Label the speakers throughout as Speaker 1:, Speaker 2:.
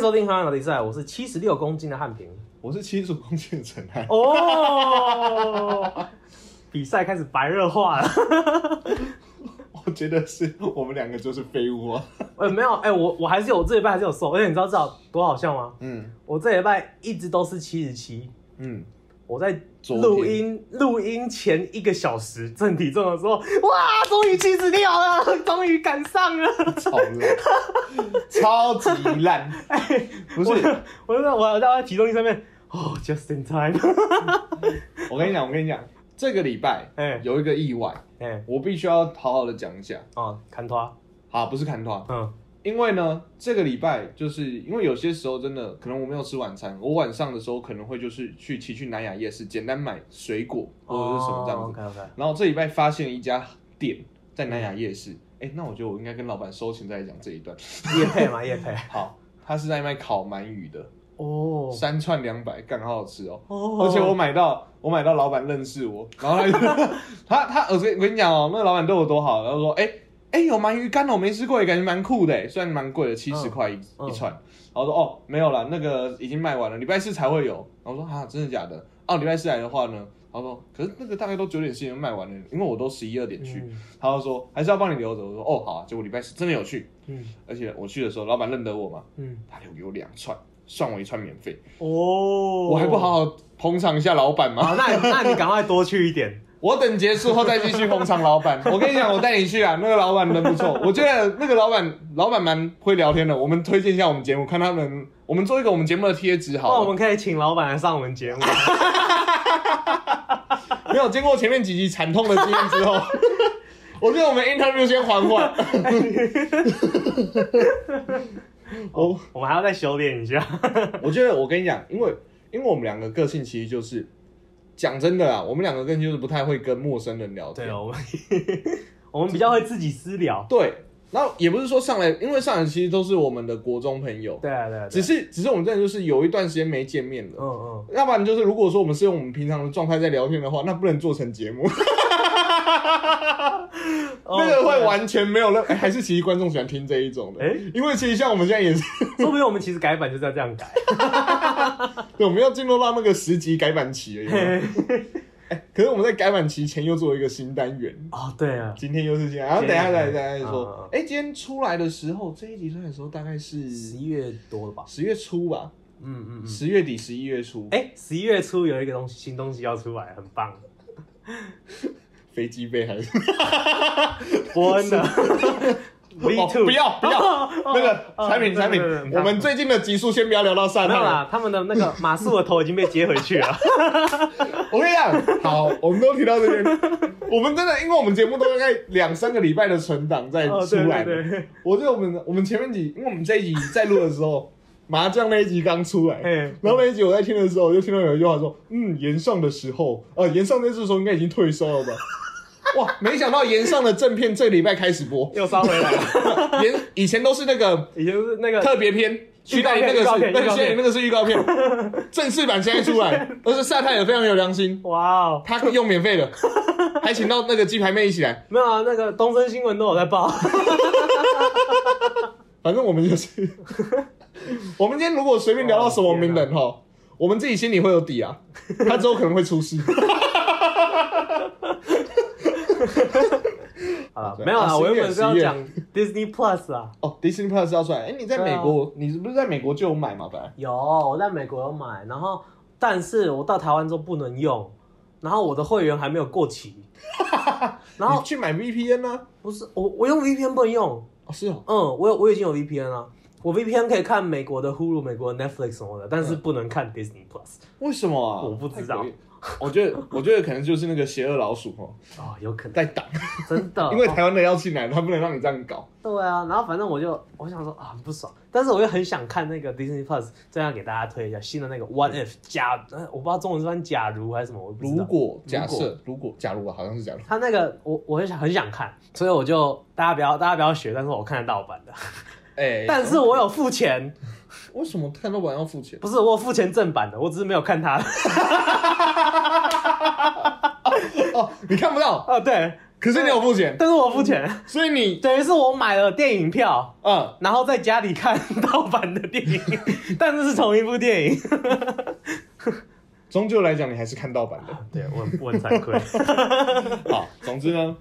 Speaker 1: 收听《哈娜比赛》，我是七十六公斤的汉平。
Speaker 2: 我是七十五公斤的陈汉。
Speaker 1: 哦，比赛开始白热化了。
Speaker 2: 我觉得是我们两个就是废物啊。
Speaker 1: 呃、没有，哎、我我还是有，我这礼拜还是有瘦，而且你知道这多好笑吗？
Speaker 2: 嗯
Speaker 1: 我这礼拜一直都是七十七，
Speaker 2: 嗯，
Speaker 1: 我在
Speaker 2: 昨天
Speaker 1: 录音录音前一个小时正体重的时候，哇，终于七十六了，终于赶上了。
Speaker 2: 超烂，超级烂。不是，
Speaker 1: 我就在我在体重机上面，哦、j u s t in time。
Speaker 2: 我跟你讲，我跟你讲，这个礼拜
Speaker 1: 哎
Speaker 2: 有一个意外，
Speaker 1: 哎、
Speaker 2: 我必须要好好的讲一下。
Speaker 1: 哦，砍拖，
Speaker 2: 好，不是砍团，
Speaker 1: 嗯
Speaker 2: 因为呢，这个礼拜就是因为有些时候真的可能我没有吃晚餐，我晚上的时候可能会就是去骑去南雅夜市简单买水果或者是什么这样子。
Speaker 1: OK OK，
Speaker 2: 然后这礼拜发现了一家店在南雅夜市，哎、那我觉得我应该跟老板收钱再来讲这一段。
Speaker 1: 叶配嘛叶配。
Speaker 2: 好，他是在卖烤鳗鱼的，
Speaker 1: 哦
Speaker 2: 三串两百，干好好吃哦。
Speaker 1: 哦
Speaker 2: 而且我买到，我买到老板认识我，然后他 他他，我跟我跟你讲哦，那个老板对我多好，然后说，哎、哎、有鳗鱼干哦，我没吃过，也感觉蛮酷的耶，虽然蛮贵的，七十块一
Speaker 1: 嗯
Speaker 2: 一串，然后说哦没有啦，那个已经卖完了，礼拜四才会有，然后说啊真的假的？哦礼拜四来的话呢，他说可是那个大概都九点十点就卖完了，因为我都十一二点去，
Speaker 1: 嗯
Speaker 2: 他就说还是要帮你留着，我说哦好、啊，结果礼拜四真的有去，
Speaker 1: 嗯
Speaker 2: 而且我去的时候老板认得我嘛，
Speaker 1: 嗯，
Speaker 2: 他留给我两串，算我一串免费，
Speaker 1: 哦，
Speaker 2: 我
Speaker 1: 我
Speaker 2: 还不好好捧场一下老板吗？
Speaker 1: 好，那你那你赶快多去一点。
Speaker 2: 我等结束后再继续捧场老板。我跟你讲，我带你去啊，那个老板人不错，我觉得那个老板老板蛮会聊天的。我们推荐一下我们节目，看他们，我们做一个我们节目的贴纸
Speaker 1: 那
Speaker 2: 好
Speaker 1: 我
Speaker 2: 了。
Speaker 1: 们可以请老板来上我们 节目。
Speaker 2: 没有经过前面几集惨痛的经验之后， 我觉得我们 interview 先缓缓。我
Speaker 1: 哦我们还要再修炼一下。
Speaker 2: 我觉得我跟你讲，因为因为我们两个个性其实就是讲真的啊，我们两个个性就是不太会跟陌生人聊天
Speaker 1: 对，。哦我们 我们比较会自己私聊。
Speaker 2: 对，然后也不是说上来，因为上来其实都是我们的国中朋友，
Speaker 1: 对啊对啊，对啊
Speaker 2: 只是只是我们真的就是有一段时间没见面了。
Speaker 1: 嗯嗯，
Speaker 2: 要不然就是，如果说我们是用我们平常的状态在聊天的话，那不能做成节目，
Speaker 1: 哦
Speaker 2: 那个会完全没有任、哎还是其实观众喜欢听这一种的，
Speaker 1: 哎
Speaker 2: 因为其实像我们现在也是，
Speaker 1: 哦。说不定我们其实改版就是要这样改。
Speaker 2: 对，我们要进入到那个十级改版期了有没有。哎可是我们在改版期前又做一个新单元，
Speaker 1: 哦，对啊，
Speaker 2: 今天又是这样，然后等一下再再再
Speaker 1: 嗯嗯
Speaker 2: 说。哎、今天出来的时候，这一集出来的时候大概是
Speaker 1: 十一月多了吧？
Speaker 2: 十月初吧，
Speaker 1: 嗯嗯嗯。
Speaker 2: 十月底十一月初，哎、
Speaker 1: 哎，十一月初有一个东西新东西要出来，很 棒，
Speaker 2: 飞机杯 还是
Speaker 1: 伯恩的 V
Speaker 2: 哦
Speaker 1: two 哦
Speaker 2: 不要不要 那个产品产品，我们
Speaker 1: 最。
Speaker 2: 最近的集数先不要聊到上
Speaker 1: 没有
Speaker 2: 了。
Speaker 1: 啦，他们的那个马术的头已经被接回去 了。
Speaker 2: 我跟你讲， 好，我们都提到这边，我们真的，因为我们节目都大概两三个礼拜的存档再
Speaker 1: 哦，
Speaker 2: 出
Speaker 1: 对
Speaker 2: 来
Speaker 1: 对
Speaker 2: 的。
Speaker 1: 对，
Speaker 2: 我觉得我们我们前面几，因为我们这一集在录的时候，麻将那一集刚出来，
Speaker 1: 嗯
Speaker 2: 然后那一集我在听的时候，我就听到有一句话说，嗯，延上的时候，呃，延上那次的时候应该已经退烧了吧？哇，没想到延上的正片这礼拜开始播，
Speaker 1: 又烧回来了。
Speaker 2: 延以前都是那个
Speaker 1: 以前是那 个
Speaker 2: 特别篇，徐代言那
Speaker 1: 预告
Speaker 2: 个是
Speaker 1: 片
Speaker 2: 那
Speaker 1: 预
Speaker 2: 个
Speaker 1: 告片
Speaker 2: 徐代言那个是预告片， 正式版现在出来，而且萨泰尔非常有良心，
Speaker 1: 哇哦，
Speaker 2: 他用免费的，还请到那个鸡排妹一起来，
Speaker 1: 没有啊，那个东森新闻都有在报。
Speaker 2: 反正我 们就是，我们今天如果随便聊到什么名
Speaker 1: 哦
Speaker 2: 人哈，我们自己心里会有底啊，他之后可能会 出事。
Speaker 1: 好了，
Speaker 2: 对
Speaker 1: 没有
Speaker 2: 啊
Speaker 1: 啊，
Speaker 2: 11
Speaker 1: 我原本是要
Speaker 2: 11
Speaker 1: 讲 Disney Plus 啊，
Speaker 2: 哦，Disney Plus 要出来，哎，你在美国，你是不是在美国就有买嘛？本来
Speaker 1: 有我在美国有买，然后但是我到台湾之后不能用，然后我的会员还没有过 期，然后
Speaker 2: 你去买 VPN 呢？
Speaker 1: 不是我我用 VPN 不能用，
Speaker 2: 啊哦，是哦，
Speaker 1: 嗯，我有我已经有 VPN 了。我 VPN 可以看美国的 Hulu、美国的 Netflix 什么的，但是不能看 Disney Plus。
Speaker 2: 为什么啊？
Speaker 1: 我不知道
Speaker 2: 太诡异。我觉得，我觉得可能就是那个邪恶老鼠哦，
Speaker 1: 哦，有可能
Speaker 2: 在 挡，
Speaker 1: 真的，
Speaker 2: 因为
Speaker 1: 哦
Speaker 2: 台湾的要进来，他不能让你这样搞。
Speaker 1: 对啊，然后反正我就我想说啊，很不爽，但是我又很想看那个 Disney Plus，这样给大家推一下新的那个 What If 假，呃我不知道中文是翻假如还是什么，我不知
Speaker 2: 如
Speaker 1: 道。
Speaker 2: 果假设，如果假如吧，啊好像是假如，
Speaker 1: 他那个我我很想很想看，所以我就大家不要大家不要学，但是我看得到版的，
Speaker 2: 哎
Speaker 1: 但是我有付钱，
Speaker 2: 为什么看到晚要付钱？
Speaker 1: 不是我有付钱正版的，我只是没有看它。
Speaker 2: 哦，你看不到，
Speaker 1: 哦，对，
Speaker 2: 可是你有付钱，
Speaker 1: 但是我付钱，
Speaker 2: 所以你
Speaker 1: 等于是我买了电影票，
Speaker 2: 嗯，
Speaker 1: 然后在家里看盗版的电影， 但是是同一部电影。
Speaker 2: 终究来讲你还是看盗版的。
Speaker 1: 对我很我很惭愧，
Speaker 2: 好，总之呢，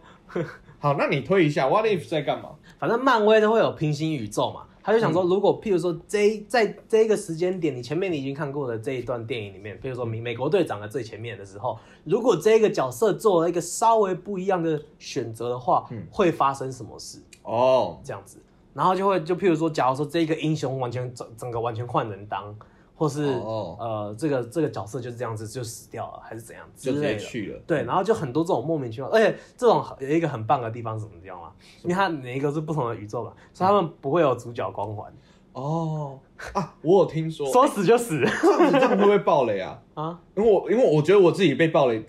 Speaker 2: 好，那你推一下 What If 在干嘛？
Speaker 1: 反正漫威都会有平行宇宙嘛，他就想
Speaker 2: 嗯
Speaker 1: 说，如果譬如说这一在这一个时间点，你前面你已经看过的这一段电影里面，譬如说美美国队长的最前面的时候，如果这个角色做了一个稍微不一样的选择的话，
Speaker 2: 嗯
Speaker 1: 会发生什么事？
Speaker 2: 哦，
Speaker 1: 这样子，然后就会就譬如说，假如说这个英雄完全整整个完全换人当，或是
Speaker 2: 哦
Speaker 1: 呃这个这个角色就是这样子就死掉了，还是怎样之
Speaker 2: 就直
Speaker 1: 类
Speaker 2: 接
Speaker 1: 的。
Speaker 2: 去了。
Speaker 1: 对，然后就很多这种莫名其妙，而且这种有一个很棒的地方是什么地嗯方吗？因为它每一个是不同的宇宙嘛，所以他们不会有主角光环，
Speaker 2: 哦啊，我有听说，
Speaker 1: 说死就死
Speaker 2: 这样子这样会不会爆雷啊？
Speaker 1: 啊！
Speaker 2: 因为我因为我觉得我自己被爆雷，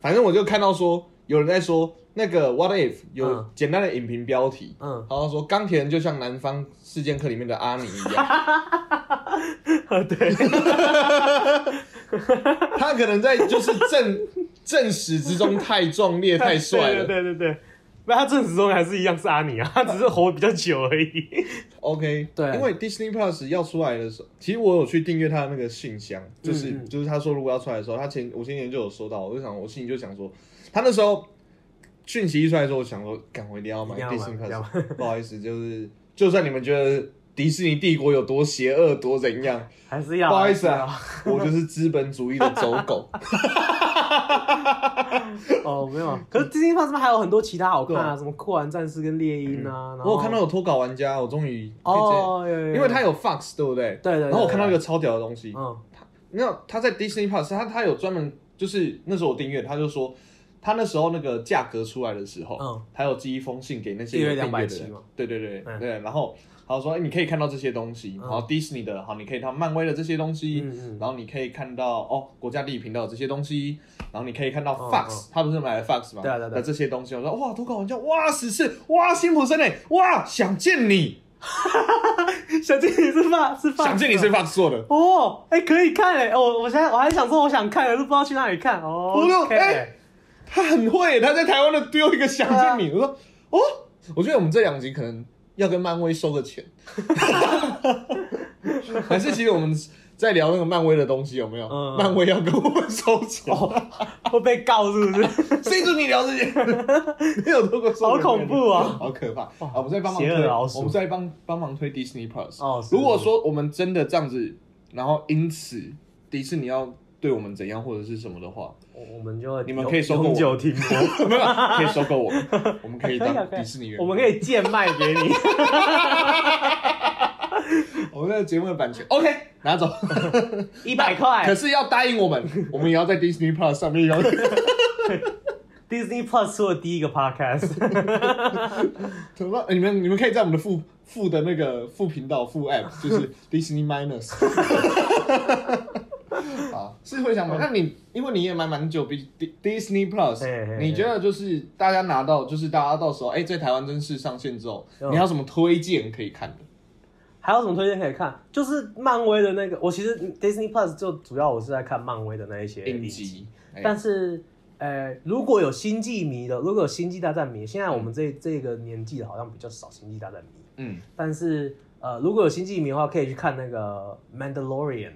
Speaker 2: 反正我就看到说有人在说那个 What If 有
Speaker 1: 嗯
Speaker 2: 简单的影评标题，
Speaker 1: 嗯，
Speaker 2: 然后说钢铁人就像南方四剑客里面的阿尼一样，
Speaker 1: 对，
Speaker 2: 他可能在就是正 正史之中太 壮烈太帅
Speaker 1: 对
Speaker 2: 了。
Speaker 1: 对对对对，那他正史中还是一样是阿尼啊， 他只是活得比较久而已。
Speaker 2: OK，
Speaker 1: 对
Speaker 2: 因为 Disney Plus 要出来的时候，其实我有去订阅他的那个信箱，就是、
Speaker 1: 嗯嗯
Speaker 2: 就是他说如果要出来的时候，他前我前几天就有收到，我就想我心里就想说，他那时候讯息一出来的时候，我想说，赶我一定要买
Speaker 1: 一定要买
Speaker 2: Disney
Speaker 1: 一定要
Speaker 2: Plus，不好意思，就是就算你们觉得迪士尼帝国有多邪恶多怎样，
Speaker 1: 还是要
Speaker 2: 不好意
Speaker 1: 还
Speaker 2: 思
Speaker 1: 是
Speaker 2: 啊，我就是资本主义的走狗。
Speaker 1: 要，哦，没有啊。可是 Disney Plus 上面还有很多其他好看啊，什么酷玩战士跟猎鹰 啊，然
Speaker 2: 嗯我
Speaker 1: 后
Speaker 2: 有看到有脱稿玩家，我终于可以直接
Speaker 1: 哦，有有有
Speaker 2: 因为他有 Fox 对不对？
Speaker 1: 对对对
Speaker 2: 然后我看到一个超屌的东西，
Speaker 1: 嗯
Speaker 2: 没有，他在 Disney Plus，他他有专门就是那时候我订阅，他就说他那时候那个价格出来的时候，
Speaker 1: 嗯
Speaker 2: 他有寄一封信给那些
Speaker 1: 订
Speaker 2: 有
Speaker 1: 阅
Speaker 2: 订阅的
Speaker 1: 270
Speaker 2: 人
Speaker 1: 嘛，
Speaker 2: 对对对、
Speaker 1: 嗯
Speaker 2: 对，然后他说、哎你可以看到这些东西，
Speaker 1: 嗯
Speaker 2: 然后 Disney 的，好，你可以看到漫威的这些东西，
Speaker 1: 嗯嗯，
Speaker 2: 然后你可以看到哦国家地理频道的这些东西，然后你可以看到
Speaker 1: 嗯
Speaker 2: Fox，、他不是买了 Fox 嘛，
Speaker 1: 对啊对啊对啊
Speaker 2: 的这些东西，我说哇，投稿玩家，哇，十四，哇，辛普森哎，哇，想见你，
Speaker 1: 嗯小精灵是发是发，
Speaker 2: 想见你是 Fox 做的。
Speaker 1: 哦，哎、可以看哎、我我现在我还想说我想看，可是不知道去哪里看哦。
Speaker 2: 我就
Speaker 1: OK
Speaker 2: 哎他很会，他在台湾的丢一个想见你，我
Speaker 1: 啊
Speaker 2: 说哦，我觉得我们这两集可能要跟漫威收个 钱，还是其实我们在聊那个漫威的东西有没有？
Speaker 1: 嗯哦
Speaker 2: 漫威要跟我们收钱，
Speaker 1: 会被告是不是？
Speaker 2: 谁准你聊这 些？没有多过收
Speaker 1: 好
Speaker 2: 钱
Speaker 1: 恐怖啊
Speaker 2: 好可怕啊！我们再帮忙
Speaker 1: 邪恶
Speaker 2: 推，
Speaker 1: 老鼠
Speaker 2: 我们再帮帮忙推 Disney Plus。
Speaker 1: 哦是
Speaker 2: 如果说我们真的这样子，然后因此迪士尼要对我们怎样或者是什么的话，
Speaker 1: 我我们就
Speaker 2: 你们可以收购我
Speaker 1: 永久停播，
Speaker 2: 没有可以收购我们，我们可以
Speaker 1: 可以啊
Speaker 2: 当
Speaker 1: 可以
Speaker 2: 迪士尼员
Speaker 1: 我
Speaker 2: 工，
Speaker 1: 们可以贱卖给 你。
Speaker 2: 我们那个节目的版权，OK，拿走。
Speaker 1: 一百
Speaker 2: 可
Speaker 1: 块
Speaker 2: 是要答应我们， 我们也要在 Disney Plus 上面要。
Speaker 1: ，Disney Plus 出的第一个 Podcast，
Speaker 2: 怎么办？哎你们你们可以在我们的副副的那个副频道副 App，就是 Disney Minus。好，是会
Speaker 1: 嗯
Speaker 2: 想买。那你因为你也买蛮久比 Di-
Speaker 1: 嘿嘿
Speaker 2: Disney Plus，
Speaker 1: 嘿
Speaker 2: 你觉得就是大家拿到，就是大家到时候哎、在台湾正式上线之后，
Speaker 1: 嗯
Speaker 2: 你还有什么推荐可以看的？
Speaker 1: 还有什么推荐可以看？就是漫威的那个，我其实 Disney Plus 就主要我是在看漫威的那一些
Speaker 2: 影
Speaker 1: 影
Speaker 2: 集，哎
Speaker 1: 但是，呃，如果有星际迷的，如果有星际大战迷，现在我们这这个年纪的好像比较少星际大战迷，
Speaker 2: 嗯，
Speaker 1: 但是呃，如果有星际迷的话，可以去看那个《Mandalorian》，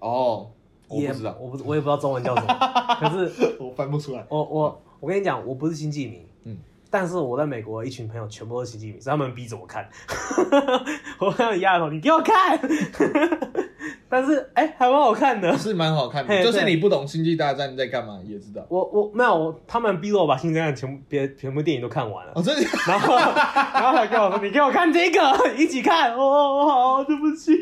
Speaker 2: 哦，我
Speaker 1: 也
Speaker 2: 不知道，
Speaker 1: 我不我也不知道中文叫什么， 可是
Speaker 2: 我翻不出来。
Speaker 1: 我我我跟你讲，我不是星际迷，
Speaker 2: 嗯
Speaker 1: 嗯。但是我在美国一群朋友全部都是星际迷，所以他们逼着我看， 我跟他们压着头，你给我看。 但是哎、还蛮好看的。
Speaker 2: 是蛮好看的，
Speaker 1: 嘿
Speaker 2: 就是
Speaker 1: 对
Speaker 2: 你不懂《星际大战》在干嘛也知道。
Speaker 1: 我我没有，我他们逼着我把《星际大战》全部别全部电影都看 完了。
Speaker 2: 哦，真的，
Speaker 1: 然后，然后他跟我说：“你给我看这个，一起看。”哦哦，好，对不起。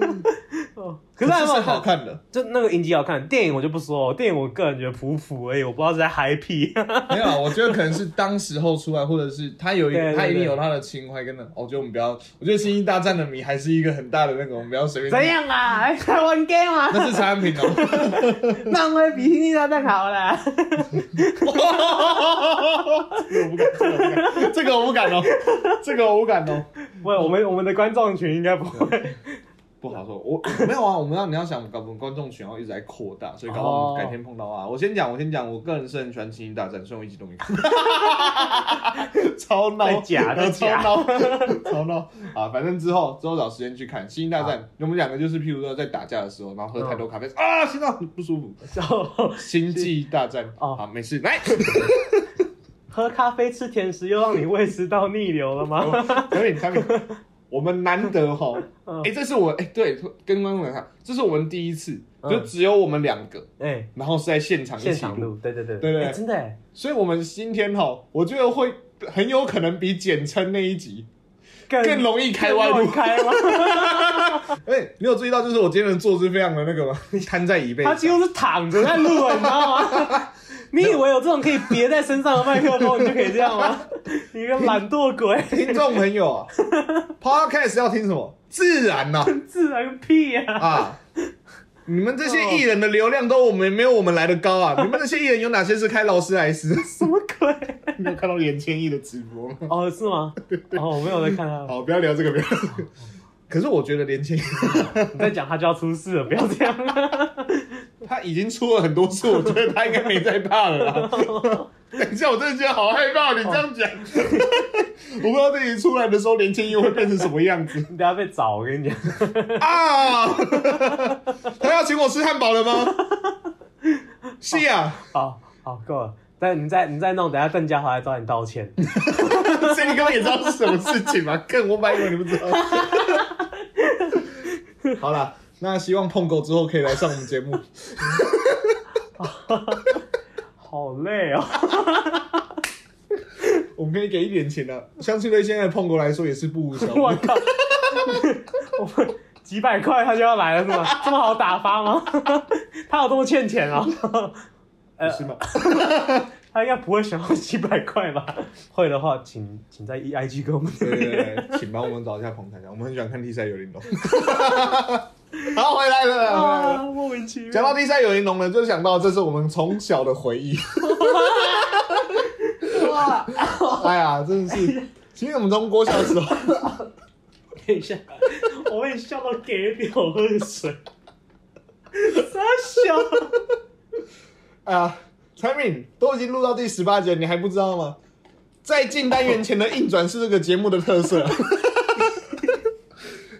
Speaker 2: 嗯
Speaker 1: 哦，可是还蛮好
Speaker 2: 是好
Speaker 1: 看，
Speaker 2: 看的，
Speaker 1: 就那个影集好看，电影我就不说，电影我个人觉得普普而已，我不知道是在嗨屁。
Speaker 2: 没有啊，我觉得可能是当时候出来，或者是他有一
Speaker 1: 对对
Speaker 2: 个，
Speaker 1: 对
Speaker 2: 他一定有他的情怀跟那。哦我觉得我们不要，我觉得《星际大战》的迷还是一个很大的那个，我们不要随便。
Speaker 1: 怎？样啊？还在玩 game 啊？
Speaker 2: 那是产品哦。
Speaker 1: 漫威比星际大战好啦。
Speaker 2: 这个我不敢，这个我不敢，这个我不敢哦，这个我不敢哦。
Speaker 1: 不，我们我们的观众群应该不会。
Speaker 2: 不好说，我没有啊，我们要你要想，我们观众群要一直在扩大，所以搞不好我们改天碰到啊。我先讲，我先讲，我个人是很喜欢《星星大战》，虽然我一集都没看，超闹，
Speaker 1: 太 假太
Speaker 2: 超
Speaker 1: 假
Speaker 2: 闹， 超闹啊！反正之后之后找时间去看《星星大战》，我们两个就是譬如说在打架的时候，然后喝太多
Speaker 1: 嗯
Speaker 2: 咖啡，啊，心脏不舒服，
Speaker 1: 然后
Speaker 2: 《星际大战》
Speaker 1: 哦
Speaker 2: 啊，没事，来，
Speaker 1: 喝咖啡吃甜食又让你胃食道逆流了吗？
Speaker 2: 产品产品，我们难得哈，
Speaker 1: 嗯
Speaker 2: 哎，这是我哎对，跟观众讲一下，这是我们第一次，
Speaker 1: 嗯
Speaker 2: 就只有我们两个。
Speaker 1: 哎，
Speaker 2: 然后是在现场一
Speaker 1: 现
Speaker 2: 起
Speaker 1: 场
Speaker 2: 录，
Speaker 1: 录，对对对
Speaker 2: 对对
Speaker 1: 哎真的哎，
Speaker 2: 所以我们今天哈，我觉得会很有可能比简称那一集更容易开外
Speaker 1: 更
Speaker 2: 路
Speaker 1: 乱。开吗？
Speaker 2: 哎、你有注意到就是我今天的坐姿非常的那个吗？瘫在椅背上
Speaker 1: 他几乎是躺着在录啊，你知道吗？你以为有这种可以别在身上的麦克风，你就可以这样吗？你个懒惰鬼，
Speaker 2: 听众朋友 啊，Podcast 要听什么？自然呐
Speaker 1: 自然个屁呀、
Speaker 2: 啊你们这些艺人的流量都我们没有我们来的高啊！你们这些艺人有哪些是开劳斯莱 斯？
Speaker 1: 什么鬼？
Speaker 2: 你有看到连千亿的直 播吗？
Speaker 1: 哦，是吗？哦，我没有在看他，
Speaker 2: 好，不要聊这个，不要聊这个。可是我觉得连千亿
Speaker 1: 你再讲他就要出事了，不要这样。 啊
Speaker 2: 他已经出了很多次，我觉得他应该没在怕了啦。 等一下，我真的觉得好害怕，你这样 讲，我不知道这里出来的时候，连千亿会变成什么样子
Speaker 1: 你等下被找，我跟你讲。
Speaker 2: 啊！ 他要请我吃汉堡了吗？是啊呀、
Speaker 1: 好好够了，但你再你再弄，等下邓家华来找你道歉。
Speaker 2: 所以你根本也知道是什么事情嘛？ 更我本来以为你不知道。 好啦，那希望碰狗之后可以来上我们节目。
Speaker 1: 好累哦，
Speaker 2: 我们可以给一点钱的、相信对现在的碰狗来说也是不 无小
Speaker 1: 我
Speaker 2: 补。
Speaker 1: 靠，我们几百块他就要来了是吗？这么好打发吗？ 他有这么欠钱啊、 哦？
Speaker 2: 不是吗？
Speaker 1: 他应该不会想要几百块吧？会的话，请请在 E I G 给我们。
Speaker 2: 对对对，请帮我们找一下彭台长，我们很喜欢看《地赛有玲珑》。 好，回来了回来
Speaker 1: 啊，
Speaker 2: 了。
Speaker 1: 莫名 其妙。
Speaker 2: 讲到《地赛有玲珑》呢，就想到这是我们从小的回忆。
Speaker 1: 哇，
Speaker 2: 哎呀，真的是，其实我们从国小的时候，
Speaker 1: 等一下， 我被笑到给表喝水。傻笑。
Speaker 2: 哎呀，产品都已经录到第十八集了，你还不知道吗？在进单元前的硬转是这个节目的特色。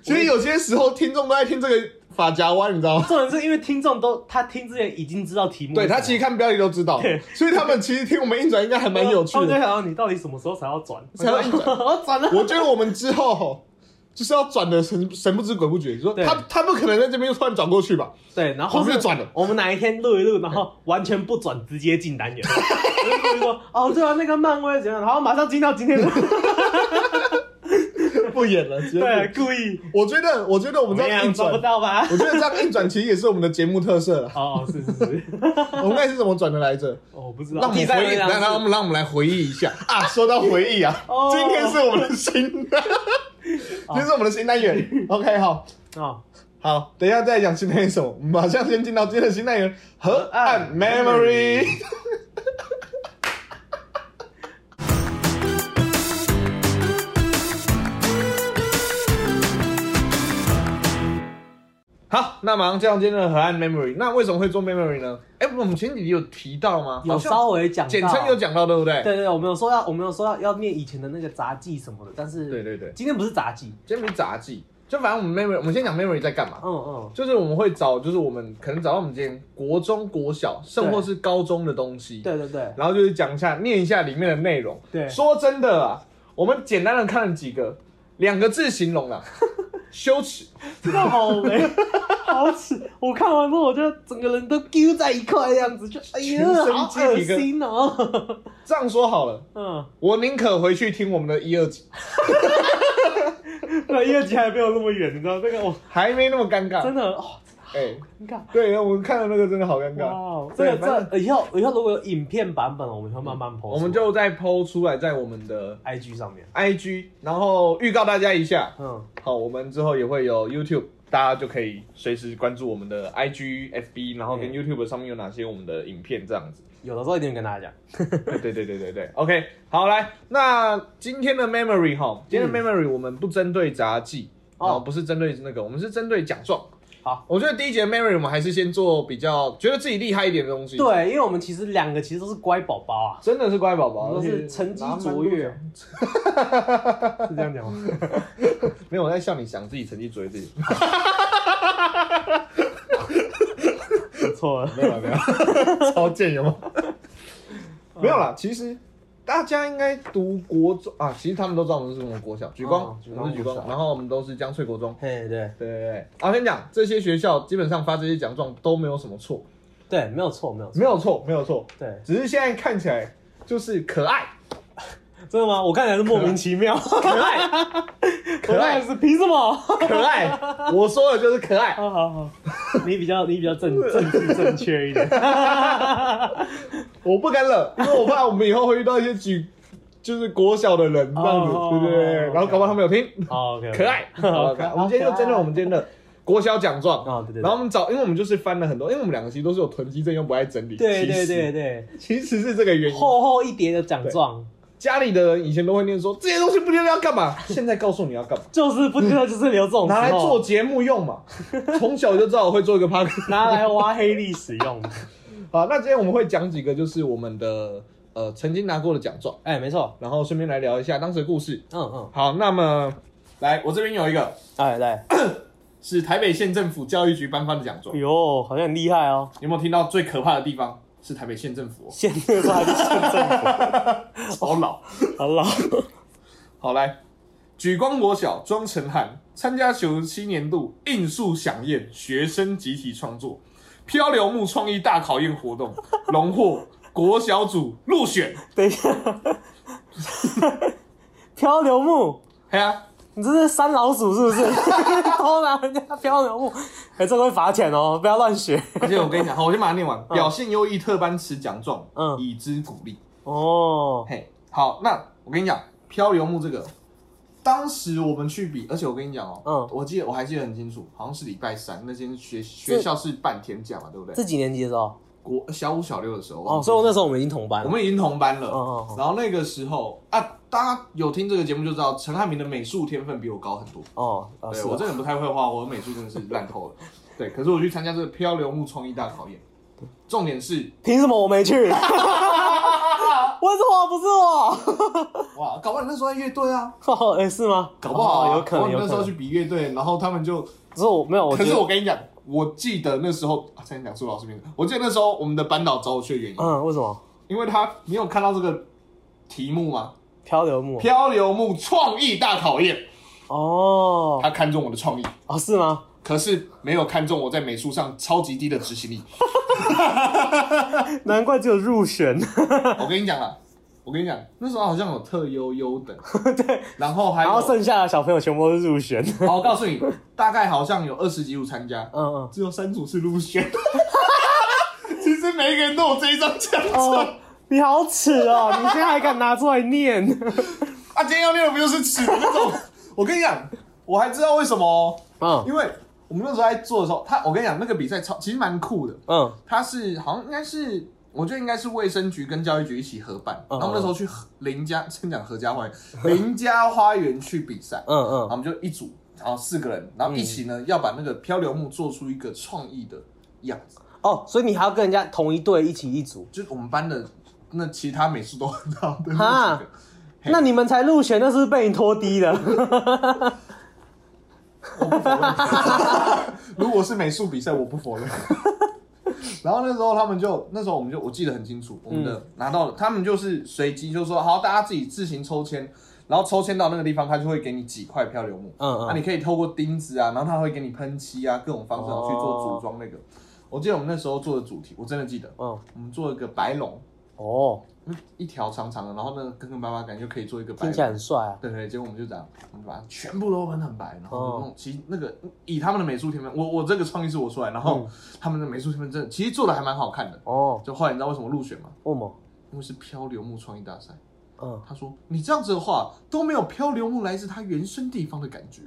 Speaker 2: 其实有些时候听众都在听这个发夹弯，你知道吗？
Speaker 1: 重点是因为听众都他听之前已经知道题目是什
Speaker 2: 对
Speaker 1: 么，
Speaker 2: 他其实看标题都知道
Speaker 1: 对，
Speaker 2: 所以他们其实听我们硬转应该还蛮有趣
Speaker 1: 他们
Speaker 2: 的
Speaker 1: 就。想到你到底什么时候才要转？
Speaker 2: 才要硬转
Speaker 1: 我转了。
Speaker 2: 我觉得我们之后吼就是要转的神神不知鬼不觉，你说
Speaker 1: 对
Speaker 2: 他他不可能在这边又突然转过去吧？
Speaker 1: 对，然后
Speaker 2: 我们就转了
Speaker 1: 我们哪一天录一录，然后完全不转，直接进单元。 我就说哦，对啊，那个漫威怎样？然后马上进到今天 的，
Speaker 2: 不演了，直接不
Speaker 1: 对，
Speaker 2: 演。
Speaker 1: 故意
Speaker 2: 我觉得我觉得我们
Speaker 1: 怎么
Speaker 2: 这样
Speaker 1: 样
Speaker 2: 硬
Speaker 1: 做
Speaker 2: 转
Speaker 1: 不，到吧？。
Speaker 2: 我觉得这样硬转其实也是我们的节目特色了
Speaker 1: 哦，是是是，
Speaker 2: 我们那是怎么转的来着？
Speaker 1: 哦我不知道。
Speaker 2: 让我们回忆，
Speaker 1: 第三
Speaker 2: 来
Speaker 1: 轮
Speaker 2: 让我们让我们来回忆一 下啊！说到回忆啊
Speaker 1: 哦，
Speaker 2: 今天是我们的新， 今天是我们的新单元。OK，好
Speaker 1: 哦，
Speaker 2: 好，等一下再讲新单元什么，我们马上先进到今天的新单元——河岸 memory。好，那马上进入今天的河岸 memory。那为什么会做 memory 呢？哎、我们前几集有提到吗？
Speaker 1: 有
Speaker 2: 好像
Speaker 1: 稍微讲到，
Speaker 2: 简称有讲到，对不对？
Speaker 1: 对对对，我们有说要，我们有说要要念以前的那个杂技什么的，但是
Speaker 2: 对对对
Speaker 1: 今天不是杂技，
Speaker 2: 今天不是杂技，就反正我们 memory，我们先讲 memory 在干嘛。
Speaker 1: 嗯嗯，
Speaker 2: 就是我们会找，就是我们可能找到我们今天国中、国小，甚或是高中的东西，
Speaker 1: 对对 对，
Speaker 2: 然后就是讲一下，念一下里面的内容。
Speaker 1: 对
Speaker 2: 说真的啊，我们简单的看了几个，两个字 形容啦，啊羞耻。
Speaker 1: 真的好没， 好耻！我看完之后，我就整个人都揪在一块，这样子就哎呀
Speaker 2: 全，身
Speaker 1: 好
Speaker 2: 鸡
Speaker 1: 恶
Speaker 2: 皮疙
Speaker 1: 心哦。
Speaker 2: 这样说好了，
Speaker 1: 嗯，
Speaker 2: 我宁可回去听我们的一二集，
Speaker 1: 那一二集还没有那么远，你知道那个我
Speaker 2: 还没那么尴尬
Speaker 1: 真。的哦，
Speaker 2: 哎、
Speaker 1: 你看，
Speaker 2: 对，我看了那个真的好尴
Speaker 1: 哇
Speaker 2: 尬。
Speaker 1: 哦，这
Speaker 2: 对
Speaker 1: 个
Speaker 2: 反嗯
Speaker 1: 这个以后以后如果有影片版本，我们会慢慢 po，出来
Speaker 2: 我们就再剖出来，在我们的
Speaker 1: IG 上面，
Speaker 2: IG，然后预告大家一下。
Speaker 1: 嗯，
Speaker 2: 好，我们之后也会有 YouTube，大家就可以随时关注我们的 IG、FB，然后跟
Speaker 1: 嗯
Speaker 2: YouTube 上面有哪些我们的影片这样子。
Speaker 1: 有的时候一定会跟大家讲。
Speaker 2: 对对对对对对，OK，好来，那今天的 Memory 哈，今天的 Memory 我们不针对杂技，
Speaker 1: 嗯哦
Speaker 2: 哦，不是针对那个，我们是针对奖状。
Speaker 1: 好，
Speaker 2: 我觉得第一节 Mary 我们还是先做比较觉得自己厉害一点的东西。，
Speaker 1: 对，因啊为我们其实两个其实都是乖宝宝啊，
Speaker 2: 真的是乖宝
Speaker 1: 我
Speaker 2: 宝，
Speaker 1: 们都
Speaker 2: 而
Speaker 1: 是
Speaker 2: 且
Speaker 1: 成绩
Speaker 2: 拿蛮多
Speaker 1: 卓越
Speaker 2: 奖。，
Speaker 1: 是这样讲吗？
Speaker 2: 没有我在向你想自己成绩卓越自己。
Speaker 1: 错了，
Speaker 2: 没有啦没有 啦，超贱有吗？
Speaker 1: 嗯
Speaker 2: 没有啦，其实大家应该读国中啊，其实他们都知道我们是什么国小，举光，
Speaker 1: 哦举光
Speaker 2: 我们是举光
Speaker 1: 国，小
Speaker 2: 然后我们都是江翠国中。
Speaker 1: 嘿，对
Speaker 2: 对对对，啊，我跟你讲，这些学校基本上发这些奖状都没有什么错，
Speaker 1: 对，没有错，没有错，
Speaker 2: 没有错，没有错，
Speaker 1: 对，
Speaker 2: 只是现在看起来就是 可爱，
Speaker 1: 真的吗？我看起来是莫名其妙，
Speaker 2: 可 爱，可爱
Speaker 1: 我看起来是凭什么？
Speaker 2: 可爱，我说的就是可爱。
Speaker 1: 好好好， 你比较你比较正政治正确一 点，
Speaker 2: 我不敢惹，因为我怕我们以后会遇到一些举，就是国小的人这样子，
Speaker 1: 哦
Speaker 2: 对不对？
Speaker 1: 哦
Speaker 2: 然后搞不好他们有听，
Speaker 1: 好 OK，
Speaker 2: 可爱，
Speaker 1: 好
Speaker 2: 好
Speaker 1: 可
Speaker 2: 可
Speaker 1: 爱
Speaker 2: 爱。我们今天就针对我们今天的国小奖状
Speaker 1: 哦对对对
Speaker 2: 然后我们找，因为我们就是翻了很多，因为我们两个其实都是有囤积症又不爱整理，
Speaker 1: 对
Speaker 2: 其
Speaker 1: 对
Speaker 2: 实
Speaker 1: 对，对，
Speaker 2: 其实是这个原因。
Speaker 1: 厚厚一叠的奖状，
Speaker 2: 家里的人以前都会念说这些东西不知道要干嘛， 现在告诉你要干嘛，哦
Speaker 1: 就是不知道就是留这种时候
Speaker 2: 拿来做，节目用 嘛。从小就知道我会做一个 p a r k
Speaker 1: 拿来挖黑历史用的。
Speaker 2: 好，那今天我们会讲几个就是我们的呃曾经拿过的奖状，
Speaker 1: 哎，没错，
Speaker 2: 然后顺便来聊一下当时的故事。
Speaker 1: 嗯嗯，
Speaker 2: 好，那么来，我这边有一个
Speaker 1: 哎来，
Speaker 2: 是台北县政府教育局颁发的奖状
Speaker 1: 哎。呦，好像很厉害哦，
Speaker 2: 你有没有听到最可怕的地方是台北县政府、
Speaker 1: 现在还是县政
Speaker 2: 哦，好老。
Speaker 1: 府， 好老，
Speaker 2: 好来，举光国小庄成汉参加九七年度应数响宴学生集体创作漂流木创意大考验活动， 荣获国小组入选。
Speaker 1: 等一下， 漂流木。
Speaker 2: 哎呀、
Speaker 1: 你这是三老鼠是不是？ 偷拿人家漂流木，哎、这会罚钱哦，不要乱学。
Speaker 2: 而且我跟你讲，好，我先把它念完。表现优异特班持奖状，
Speaker 1: 嗯
Speaker 2: 以资鼓励。
Speaker 1: 哦，
Speaker 2: 嘿，好，那我跟你讲，漂流木这个，当时我们去比，而且我跟你讲哦，
Speaker 1: 嗯
Speaker 2: 我记得我还记得很清楚，好像是礼拜三那天学学校是半天假嘛，对不对？
Speaker 1: 这几年级的时候，
Speaker 2: 国小五小六的时候，
Speaker 1: 哦，所以我那时候我们已经同班
Speaker 2: 我
Speaker 1: 了。
Speaker 2: 们已经同班了。
Speaker 1: 哦哦哦
Speaker 2: 然后那个时候啊，大家有听这个节目就知道，陈汉明的美术天分比我高很多。
Speaker 1: 哦，哦
Speaker 2: 对
Speaker 1: 是
Speaker 2: 我
Speaker 1: 哦
Speaker 2: 这个人不太会画，我美术真的是 烂透了。对，可是我去参加这个漂流木创意大考验，重点是
Speaker 1: 凭什么我没去？ 为什么不是我？
Speaker 2: 哇，搞不好你那时候在乐队啊，
Speaker 1: 哦，哎、是吗？
Speaker 2: 搞不好啊、
Speaker 1: 哦有可
Speaker 2: 搞不好
Speaker 1: 能，
Speaker 2: 你
Speaker 1: 有
Speaker 2: 那时
Speaker 1: 可
Speaker 2: 候去
Speaker 1: 能。
Speaker 2: 比乐队，然后他们就
Speaker 1: 可是我没有，我觉
Speaker 2: 可是
Speaker 1: 得，
Speaker 2: 我跟你讲，我记得那时候啊，才讲出老师名字。我记得那时候我们的班导找我去的原因，
Speaker 1: 嗯，为什么
Speaker 2: 因为他你有看到这个题目吗？
Speaker 1: 漂流木？
Speaker 2: 漂流木创意大考验，
Speaker 1: 哦，
Speaker 2: 他看中我的创意，
Speaker 1: 哦，是吗？
Speaker 2: 可是没有看中我在美术上超级低的 执行力。
Speaker 1: 难怪只有入 选。
Speaker 2: 我跟你讲啦，我跟你讲，那时候好像有特优优 等，对，然后还
Speaker 1: 然后
Speaker 2: 有，
Speaker 1: 剩下的小朋友全部都是入选。
Speaker 2: 好，我告诉你，大概好像有二十几组参加，
Speaker 1: 嗯嗯。
Speaker 2: 只有三组是 入选。其实每一个人都有这一张奖状。
Speaker 1: 哦，你好耻 哦！你现在还敢拿出来念？
Speaker 2: 啊，今天要练的不就是尺的那 种？我跟你讲，我还知道为什么哦，
Speaker 1: 嗯
Speaker 2: 因为我们那时候在做的时候，他我跟你讲，那个比赛超其实蛮酷的，
Speaker 1: 嗯
Speaker 2: 他是好像应该是。我觉得应该是卫生局跟教育局一起合办，
Speaker 1: 嗯
Speaker 2: 然后我们那时候去和林家， 先讲何家花园，林家花园去比赛，
Speaker 1: 嗯
Speaker 2: 然后我
Speaker 1: 嗯，
Speaker 2: 们就一组，然后四个人，然后一起呢、要把那个漂流木做出一个创意的样子，
Speaker 1: 哦，所以你还要跟人家同一队一起一组，
Speaker 2: 就是我们班的那其他美术都很好的那
Speaker 1: 哈
Speaker 2: 几个，嘿
Speaker 1: 那你们才入选，那是不是被你拖低了？
Speaker 2: 我不否认。如果是美术比赛，我不否认。 然后那时候他们就，那时候我们就我记得很清楚，我们的、拿到了，他们就是随机就说好，大家自己自行抽签，然后抽签到那个地方，他就会给你几块漂流木，
Speaker 1: 嗯嗯
Speaker 2: 啊，你可以透过钉子啊，然后他会给你喷漆啊，各种方式然后去做组装那个。我记得我们那时候做的主题，我真的记得，
Speaker 1: 嗯，
Speaker 2: 我们做一个白龙，嗯
Speaker 1: 哦，
Speaker 2: 一条长长的，然后那个坑坑巴巴感觉就可以做一个白
Speaker 1: 听
Speaker 2: 龙
Speaker 1: 起。来很帅啊。
Speaker 2: 对对，结果我们就这样，我们把它全部都喷很白，然后就弄。其实那个以他们的美术天分，我我这个创意是我出来，然后他们的美术天分真的其实做的还蛮好看的。
Speaker 1: 哦，
Speaker 2: 就后来你知道为什么入选吗？
Speaker 1: 为什么？
Speaker 2: 因为是漂流木创意大赛。
Speaker 1: 嗯，
Speaker 2: 他说你这样子的话都没有漂流木来自它原生地方的感觉。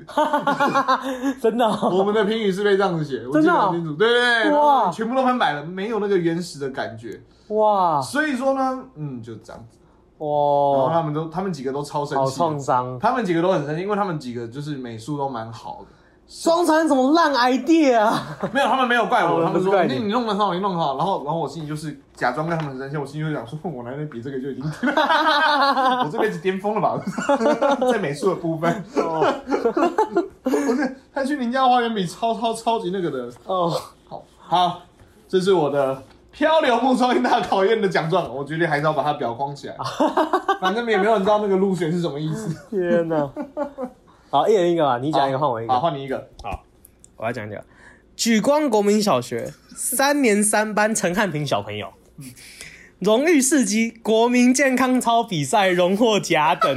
Speaker 1: 真的哦、
Speaker 2: 我们的评语是被这样子写，我
Speaker 1: 真
Speaker 2: 记
Speaker 1: 的
Speaker 2: 得
Speaker 1: 哦
Speaker 2: 很清楚。对对对，然
Speaker 1: 哇
Speaker 2: 后全部都喷白了，没有那个原始的感觉。
Speaker 1: 哇
Speaker 2: 所以说呢，嗯，就这样子。然后
Speaker 1: 哇，
Speaker 2: 他们都他们几个都超生
Speaker 1: 好啊
Speaker 2: 气
Speaker 1: 创
Speaker 2: 的，
Speaker 1: 伤！
Speaker 2: 他们几个都很生气，因为他们几个就是美术都蛮好的，
Speaker 1: 双残什么烂 idea 啊？
Speaker 2: 没有他们没有怪
Speaker 1: 哦
Speaker 2: 我，他们
Speaker 1: 不是
Speaker 2: 说
Speaker 1: 怪你
Speaker 2: 你你弄得好，你弄得好，然后然后我心里就是假装跟他们很生气，我心里就想说，哼我来那比这个就已经， 我这辈子巅峰了吧， 在美术的部分，
Speaker 1: 哦
Speaker 2: 不是他去林家花园比超超超级那个的，
Speaker 1: 哦，
Speaker 2: 好，好，这是我的漂流木超音大考验的奖状，我决定还是要把它裱框 起来。反正也没有人知道那个入选是什么意思。
Speaker 1: 天 哪！好，一人一个吧，你讲一个，换我一个
Speaker 2: 好，。换你一个。
Speaker 1: 我要讲讲举光国民小学三年三班陈汉平小朋友，荣誉市级国民健康操比赛荣获甲等。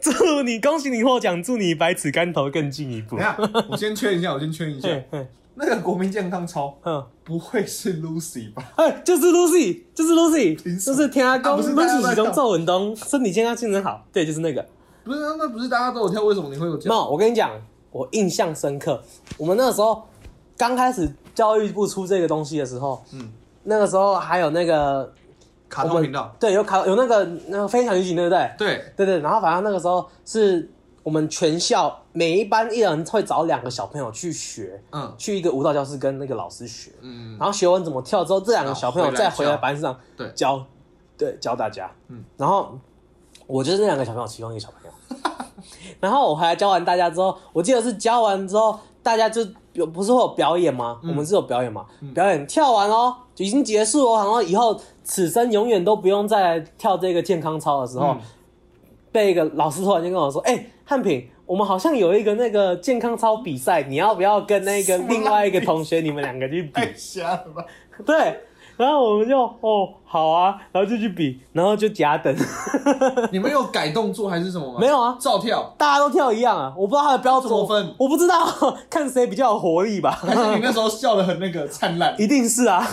Speaker 1: 祝你恭喜你获奖，祝你百尺竿头更进一步
Speaker 2: 等一。下，我先确认一下，我先确认一下，
Speaker 1: 嘿嘿
Speaker 2: 那个国民健康操
Speaker 1: 嗯，
Speaker 2: 不会是 Lucy 吧？
Speaker 1: 哎、就是 Lucy，就是 Lucy，
Speaker 2: 凭什
Speaker 1: 就
Speaker 2: 么
Speaker 1: 是天阿
Speaker 2: 啊
Speaker 1: 公
Speaker 2: 不是大家都
Speaker 1: ，Lucy
Speaker 2: 在
Speaker 1: 其中
Speaker 2: 跳
Speaker 1: 皱文东，身体健康，精神好。对，就是那个。
Speaker 2: 不是，那不是大家都有跳，为什么你会有
Speaker 1: 没
Speaker 2: 奖？
Speaker 1: 有，我跟你讲，我印象深刻。我们那时候刚开始教育部出这个东西的时候，
Speaker 2: 嗯，
Speaker 1: 那个时候还有那个
Speaker 2: 卡
Speaker 1: 我
Speaker 2: 通
Speaker 1: 们
Speaker 2: 频道。
Speaker 1: 对，有考有那个那个非常女警，对不对？
Speaker 2: 对，
Speaker 1: 对对，然后反正那个时候是我们全校每一班一人会找两个小朋友去学，
Speaker 2: 嗯
Speaker 1: 去一个舞蹈教室跟那个老师学，
Speaker 2: 嗯，
Speaker 1: 然后学完怎么跳之后，这两个小朋友再回来班上
Speaker 2: 回来
Speaker 1: 教，对教大家，
Speaker 2: 嗯，
Speaker 1: 然后我就是那两个小朋友其中一个小朋友， 然后我回来教完大家之后，我记得是教完之后大家就有不是会有表演吗？我们是有表演嘛，表演跳完哦，就已经结束哦，然后以后此生永远都不用再来跳这个健康操的时候，
Speaker 2: 嗯
Speaker 1: 被一个老师突然间跟我说：“哎、汉平，我们好像有一个那个健康操比赛，你要不要跟那个
Speaker 2: 什么烂
Speaker 1: 另外一个同学，你们两个去比
Speaker 2: 太瞎了吧？？”
Speaker 1: 对，然后我们就哦好啊，然后就去比，然后就假等，
Speaker 2: 你们有改动作还是什么吗？
Speaker 1: 没有啊
Speaker 2: 照跳。
Speaker 1: 大家都跳一样啊，我不知道他的标准
Speaker 2: 怎么分
Speaker 1: 我不知道， 看谁比较有活力 吧，
Speaker 2: 还是你那时候笑得很那个灿烂？
Speaker 1: 一定是 啊，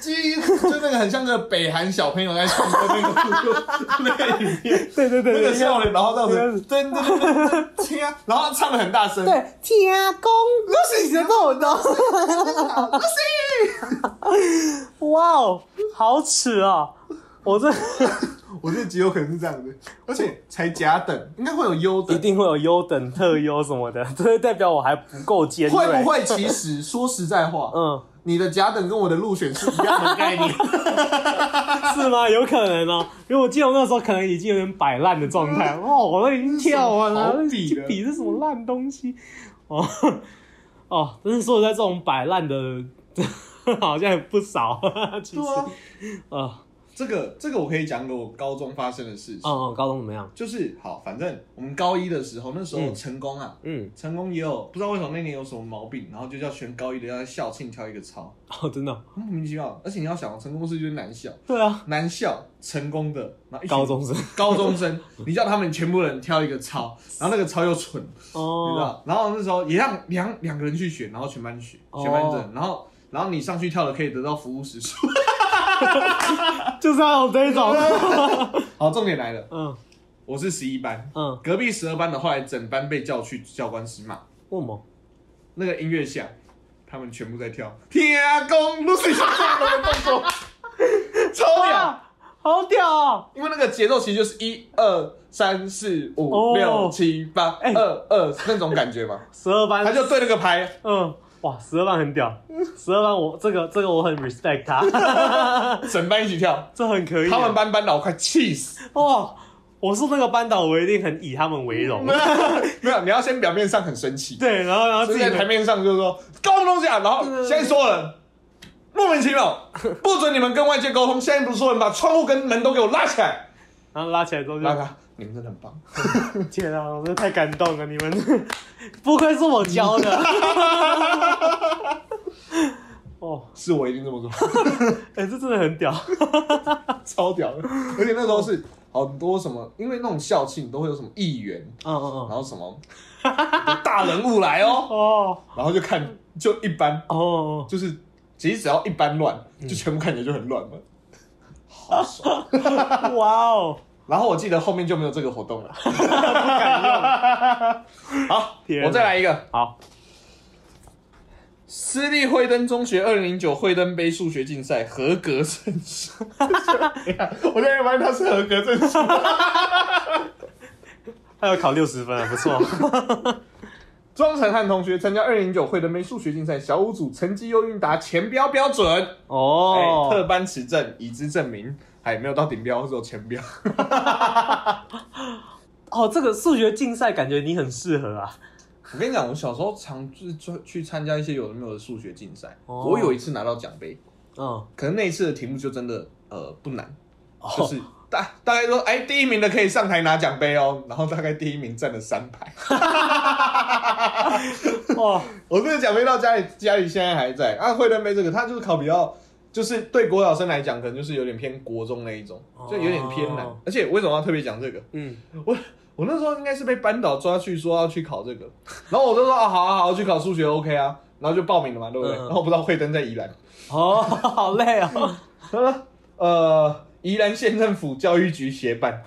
Speaker 2: 鸡就那个很像个北韩小朋友在唱歌那个那个影片，
Speaker 1: 对对对
Speaker 2: 那
Speaker 1: 对，
Speaker 2: 个
Speaker 1: 对
Speaker 2: 笑脸，然后这样子，
Speaker 1: 对
Speaker 2: 对对对对，天啊，然后唱的很大声，
Speaker 1: 对，天公，那是你的啊豆豆。
Speaker 2: Lucy，
Speaker 1: 哇哦，好耻哦！我 这
Speaker 2: 我这极有可能是这样的，而且才甲等，应该会有优
Speaker 1: 一
Speaker 2: 等，
Speaker 1: 定会有优等、特优什么的，这代表我还不够尖锐。
Speaker 2: 会不？会？其实说实在话，
Speaker 1: 嗯，
Speaker 2: 你的甲等跟我的入选是一样的概念，
Speaker 1: 是吗？有可能哦，因为我记得我那时候可能已经有点摆烂的状态。哦，我都已经跳完了，
Speaker 2: 这是什么
Speaker 1: 去
Speaker 2: 嗯好比的
Speaker 1: 比这什么烂东西？哦 哦，真是说实在，这种摆烂的 好像也不少。 其实，
Speaker 2: 对啊
Speaker 1: 啊，，嗯
Speaker 2: 这个这个我可以讲给我高中发生的事情，
Speaker 1: 嗯，高中怎么样？
Speaker 2: 就是好，反正我们高一的时候，那时候
Speaker 1: 嗯
Speaker 2: 成功啊。
Speaker 1: 嗯，
Speaker 2: 成功也有不知道为什么那年有什么毛病，然后就叫全高一的要在校庆跳一个操，
Speaker 1: 哦，真的哦，
Speaker 2: 莫名其妙。而且你要想，哦成功是就是男校，
Speaker 1: 对啊，
Speaker 2: 男校成功的，然后一群
Speaker 1: 高中 生
Speaker 2: 高中生，你叫他们全部人挑一个操，然后那个操又蠢，你知
Speaker 1: 哦，
Speaker 2: 道？然后那时候也让两两个人去选，然后全班选，
Speaker 1: 哦
Speaker 2: 全班整，然后然后你上去跳的可以得到服务时数。
Speaker 1: 就是要有这种，
Speaker 2: 啊好，重点来了，
Speaker 1: 嗯
Speaker 2: 我是十一班，
Speaker 1: 嗯，
Speaker 2: 隔壁十二班的后来整班被叫去教官室骂，
Speaker 1: 问我。
Speaker 2: 那个音乐下，他们全部在跳天公 Lucy 这样的动作， 超屌。
Speaker 1: 哇，好屌哦！
Speaker 2: 因为那个节奏其实就是一二三四
Speaker 1: 哦
Speaker 2: 五六七八
Speaker 1: 哎
Speaker 2: 二二那种感觉 嘛，
Speaker 1: 十二
Speaker 2: 他
Speaker 1: 班，
Speaker 2: 就对那个拍，
Speaker 1: 嗯，哇，十二班很屌，十二班我这个这个我很 respect 他，
Speaker 2: 整班一起跳，
Speaker 1: 这很可以。啊
Speaker 2: 他们班班导快气死。
Speaker 1: 哇，我是那个班导，我一定很以他们为荣。
Speaker 2: 嗯没有，你要先表面上很生气，
Speaker 1: 对，然后然后
Speaker 2: 所
Speaker 1: 自
Speaker 2: 以
Speaker 1: 己
Speaker 2: 在台面上就说高中下，然后现在所有人莫名其 妙，不准你们跟外界沟通。现在不是说你把窗户跟门都给我拉起来，
Speaker 1: 然后拉起来之后
Speaker 2: 拉
Speaker 1: 就，
Speaker 2: 开，你们真的很棒。
Speaker 1: 天啊，我真的太感动了，你们不愧是我教的。 哦，
Speaker 2: 是我一定这么 做，
Speaker 1: 哎、这真的很屌。
Speaker 2: 超屌的。而且那时候是好多什么，因为那种校庆都会有什么议员，
Speaker 1: 嗯嗯嗯。
Speaker 2: 然后什么 大人物来哦，
Speaker 1: 哦
Speaker 2: 然后就看就一般，
Speaker 1: 哦哦，
Speaker 2: 就是其实只要一般乱，就全部看起来就很 乱嘛，好爽。
Speaker 1: 哇哦！
Speaker 2: 然后我记得后面就没有这个活动 了。
Speaker 1: 不敢用
Speaker 2: 好
Speaker 1: 天，哪
Speaker 2: 我再来一个，
Speaker 1: 好，
Speaker 2: 私立惠登中学二零零九惠登杯数学竞赛合格证书。 我现在发现他是合格证书。
Speaker 3: 他要考六十分啊，不错。
Speaker 2: 庄成汉同学参加二零零九惠登杯数学竞赛小五组，成绩优韵达前标标准，哎、
Speaker 1: 哦，
Speaker 2: 特班持证已知证明，还没有到顶标，只有前标。
Speaker 1: 哦，这个数学竞赛感觉你很适合啊。
Speaker 2: 我跟你讲，我小时候常去去参加一些有的没有的数学竞赛，
Speaker 1: 哦
Speaker 2: 我有一次拿到奖杯，
Speaker 1: 嗯，
Speaker 2: 可能那一次的题目就真的呃不难，
Speaker 1: 哦
Speaker 2: 就是大大概说，哎，第一名的可以上台拿奖杯哦，然后大概第一名占了三排。
Speaker 1: 哇，
Speaker 2: 我这个奖杯到家里，家里现在还在。啊，惠登杯这个，它就是考比较，就是对国小生来讲，可能就是有点偏国中那一种，就有点偏难。
Speaker 1: 哦
Speaker 2: 而且为什么要特别讲这个？
Speaker 1: 嗯，
Speaker 2: 我那时候应该是被班导抓去说要去考这个，然后我就说啊，好啊，好啊，去考数学 OK 啊，然后就报名了嘛，对不对？
Speaker 1: 嗯
Speaker 2: 然后不知道惠登在宜兰，
Speaker 1: 哦，好累哦。
Speaker 2: 呃，宜兰县政府教育局 协办，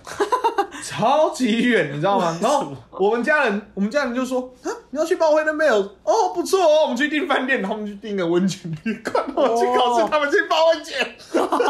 Speaker 2: 超级远，你知道吗？然后我们家人，我们家人就说啊，你要去报惠登贝尔哦，不错哦，我们去订饭店，然后我们去 订个温泉旅馆，我去考试，
Speaker 1: 哦
Speaker 2: 他们去泡 温泉。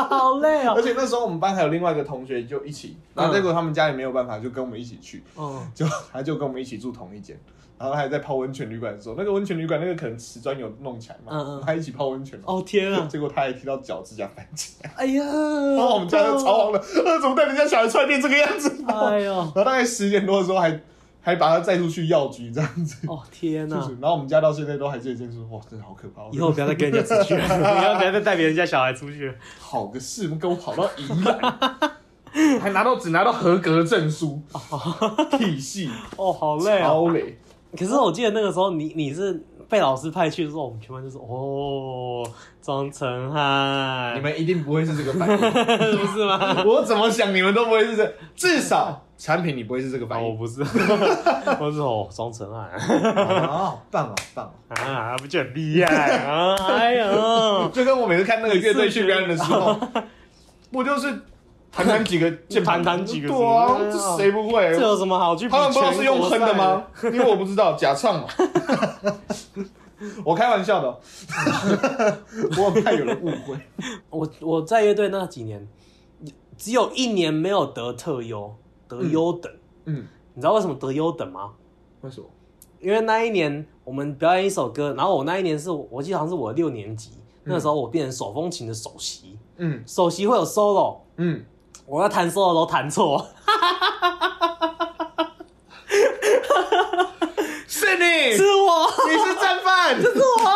Speaker 1: 好累
Speaker 2: 而
Speaker 1: 哦。
Speaker 2: 且那时候我们班还有另外一个同学就一起，然后结果他们家里没有办法，就跟我们一起去，
Speaker 1: 嗯，
Speaker 2: 就他就跟我们一起住同一间。然后他还在泡温泉旅馆的时候，那个温泉旅馆那个可能瓷砖有弄起来嘛，
Speaker 1: 嗯嗯
Speaker 2: 他一起泡温泉嘛，
Speaker 1: 哦天啊，
Speaker 2: 结果他还踢到脚指甲翻起来。
Speaker 1: 哎呀，
Speaker 2: 然哦后我们家就超慌了，呃，怎么带人家小孩出来变这个样子？然后
Speaker 1: 哦哎呦，
Speaker 2: 大概十点多的时候还还把他载出去药局这样子，
Speaker 1: 哦天
Speaker 2: 就
Speaker 1: 呐，
Speaker 2: 是，然后我们家到现在都还见证说，哇，真的好可怕！
Speaker 1: 以后不要再跟人家出去了，
Speaker 3: 你要不要再带别人家小孩出去？
Speaker 2: 好个事，跟我跑到宜兰，还拿到只拿到合格 证书，体系
Speaker 1: 哦，好累哦。
Speaker 2: 超累。
Speaker 1: 可是我记得那个时候你，你是被老师派去的时候，我们全班就说：“哦，庄成汉，
Speaker 2: 你们一定不会是这个反应，
Speaker 1: 不是 吗
Speaker 2: 我怎么想你们都不会是这，至少产品你不会是这个？”反
Speaker 1: 哦，我
Speaker 2: 应。
Speaker 1: 不是， 我是哦，庄成汉
Speaker 2: 哦，棒哦，棒哦！
Speaker 1: 啊，不就很厉害啊？哎呀，
Speaker 2: 就跟我每次看那个乐队去表演的时 候，不就是弹弹几个键盘，
Speaker 1: 弹弹几个
Speaker 2: 对啊，
Speaker 1: 嗯
Speaker 2: 这谁不会
Speaker 1: 这？有什么好去比
Speaker 2: 他们不知道是
Speaker 1: 全
Speaker 2: 用
Speaker 1: 国赛啊
Speaker 2: 哼的吗？？因为我不知道假 唱嘛。我开玩笑的哦，我很怕有人误会。
Speaker 1: 我我在乐队那几年，只有一年没有得特优，得优等。
Speaker 2: 嗯，
Speaker 1: 你知道为什么得优等吗？
Speaker 2: 为什么？
Speaker 1: 因为那一年我们表演一首歌，然后我那一年是我我记得好像是我六年级，那时候我变成手风琴的首席，
Speaker 2: 嗯
Speaker 1: 首席会有 solo，
Speaker 2: 嗯，
Speaker 1: 我要弹 solo 都弹错，
Speaker 2: 是你，
Speaker 1: 是啊我，
Speaker 2: 你是战犯， 这是我。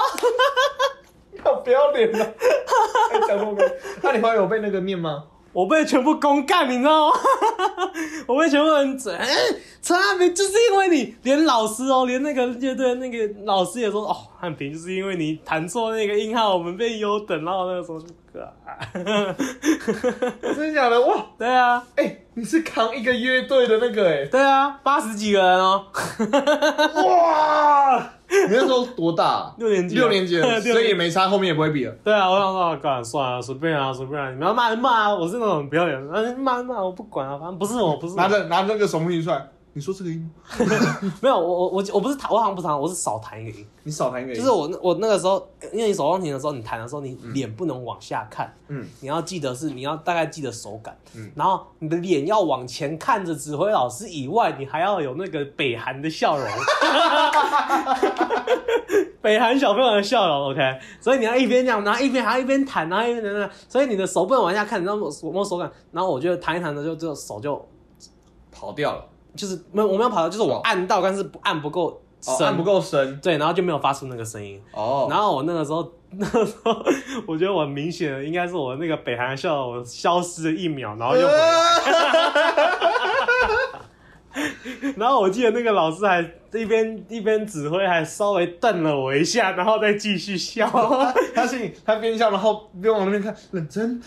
Speaker 2: 不要脸了，还哎讲那么多。那你后来有被那个念吗？
Speaker 1: 我被全部公干，你知道吗？ 我被全部人整，哎陈汉平就是因为你，连老师哦，连那个乐队那个老师也说，哦，汉平就是因为你弹错那个音号，我们被优等，然后那个时候就，啊
Speaker 2: 真的假的？哇，
Speaker 1: 对啊，
Speaker 2: 哎、你是扛一个乐队的那个哎、
Speaker 1: 对啊，八十几个人哦，
Speaker 2: 哇！你那时候多大 啊、
Speaker 1: 六年级啊
Speaker 2: 六年级了，
Speaker 1: 六年级
Speaker 2: 所以也没差，后面也不会比了。
Speaker 1: 对啊，我想说，啊干算了，随便啊，随便啊，你们要骂就骂啊，我是那种不要脸，啊骂就骂，我不管啊，反正不是我，不是我
Speaker 2: 拿着拿着那个手风琴出来，你说这个音，
Speaker 1: 没有，我我我我不是弹，我好像不弹，我是少弹一个音，
Speaker 2: 你少弹一个音，
Speaker 1: 就是我那我那个时候，因为你手风琴的时候，你弹的时候，你脸不能往下看，
Speaker 2: 嗯
Speaker 1: 你要记得是你要大概记得手感，
Speaker 2: 嗯
Speaker 1: 然后你的脸要往前看着指挥老师以外，你还要有那个北韩的笑容， 北韩小朋友的笑容，OK，所以你要一边这样，然后一边还要一边弹，然后一边那，所以你的手不能往下看，你知道摸摸手感，然后我觉得弹一弹的就就手就
Speaker 2: 跑掉了，
Speaker 1: 就是没有我没有跑到，就是我
Speaker 2: 哦
Speaker 1: 按到，但是不按不够
Speaker 2: 哦
Speaker 1: 深，
Speaker 2: 按不够深
Speaker 1: 对，然后就没有发出那个声音。
Speaker 2: 哦。
Speaker 1: 然后我那个时候， 那个时候我觉得我很明显的应该是我那个北韩笑容我消失了一秒，然后又回
Speaker 2: 呃
Speaker 1: 来。然后我记得那个老师还一边一边指挥，还稍微瞪了我一下，然后再继续笑。
Speaker 2: 他心里他边笑，然后边往那边看，认真。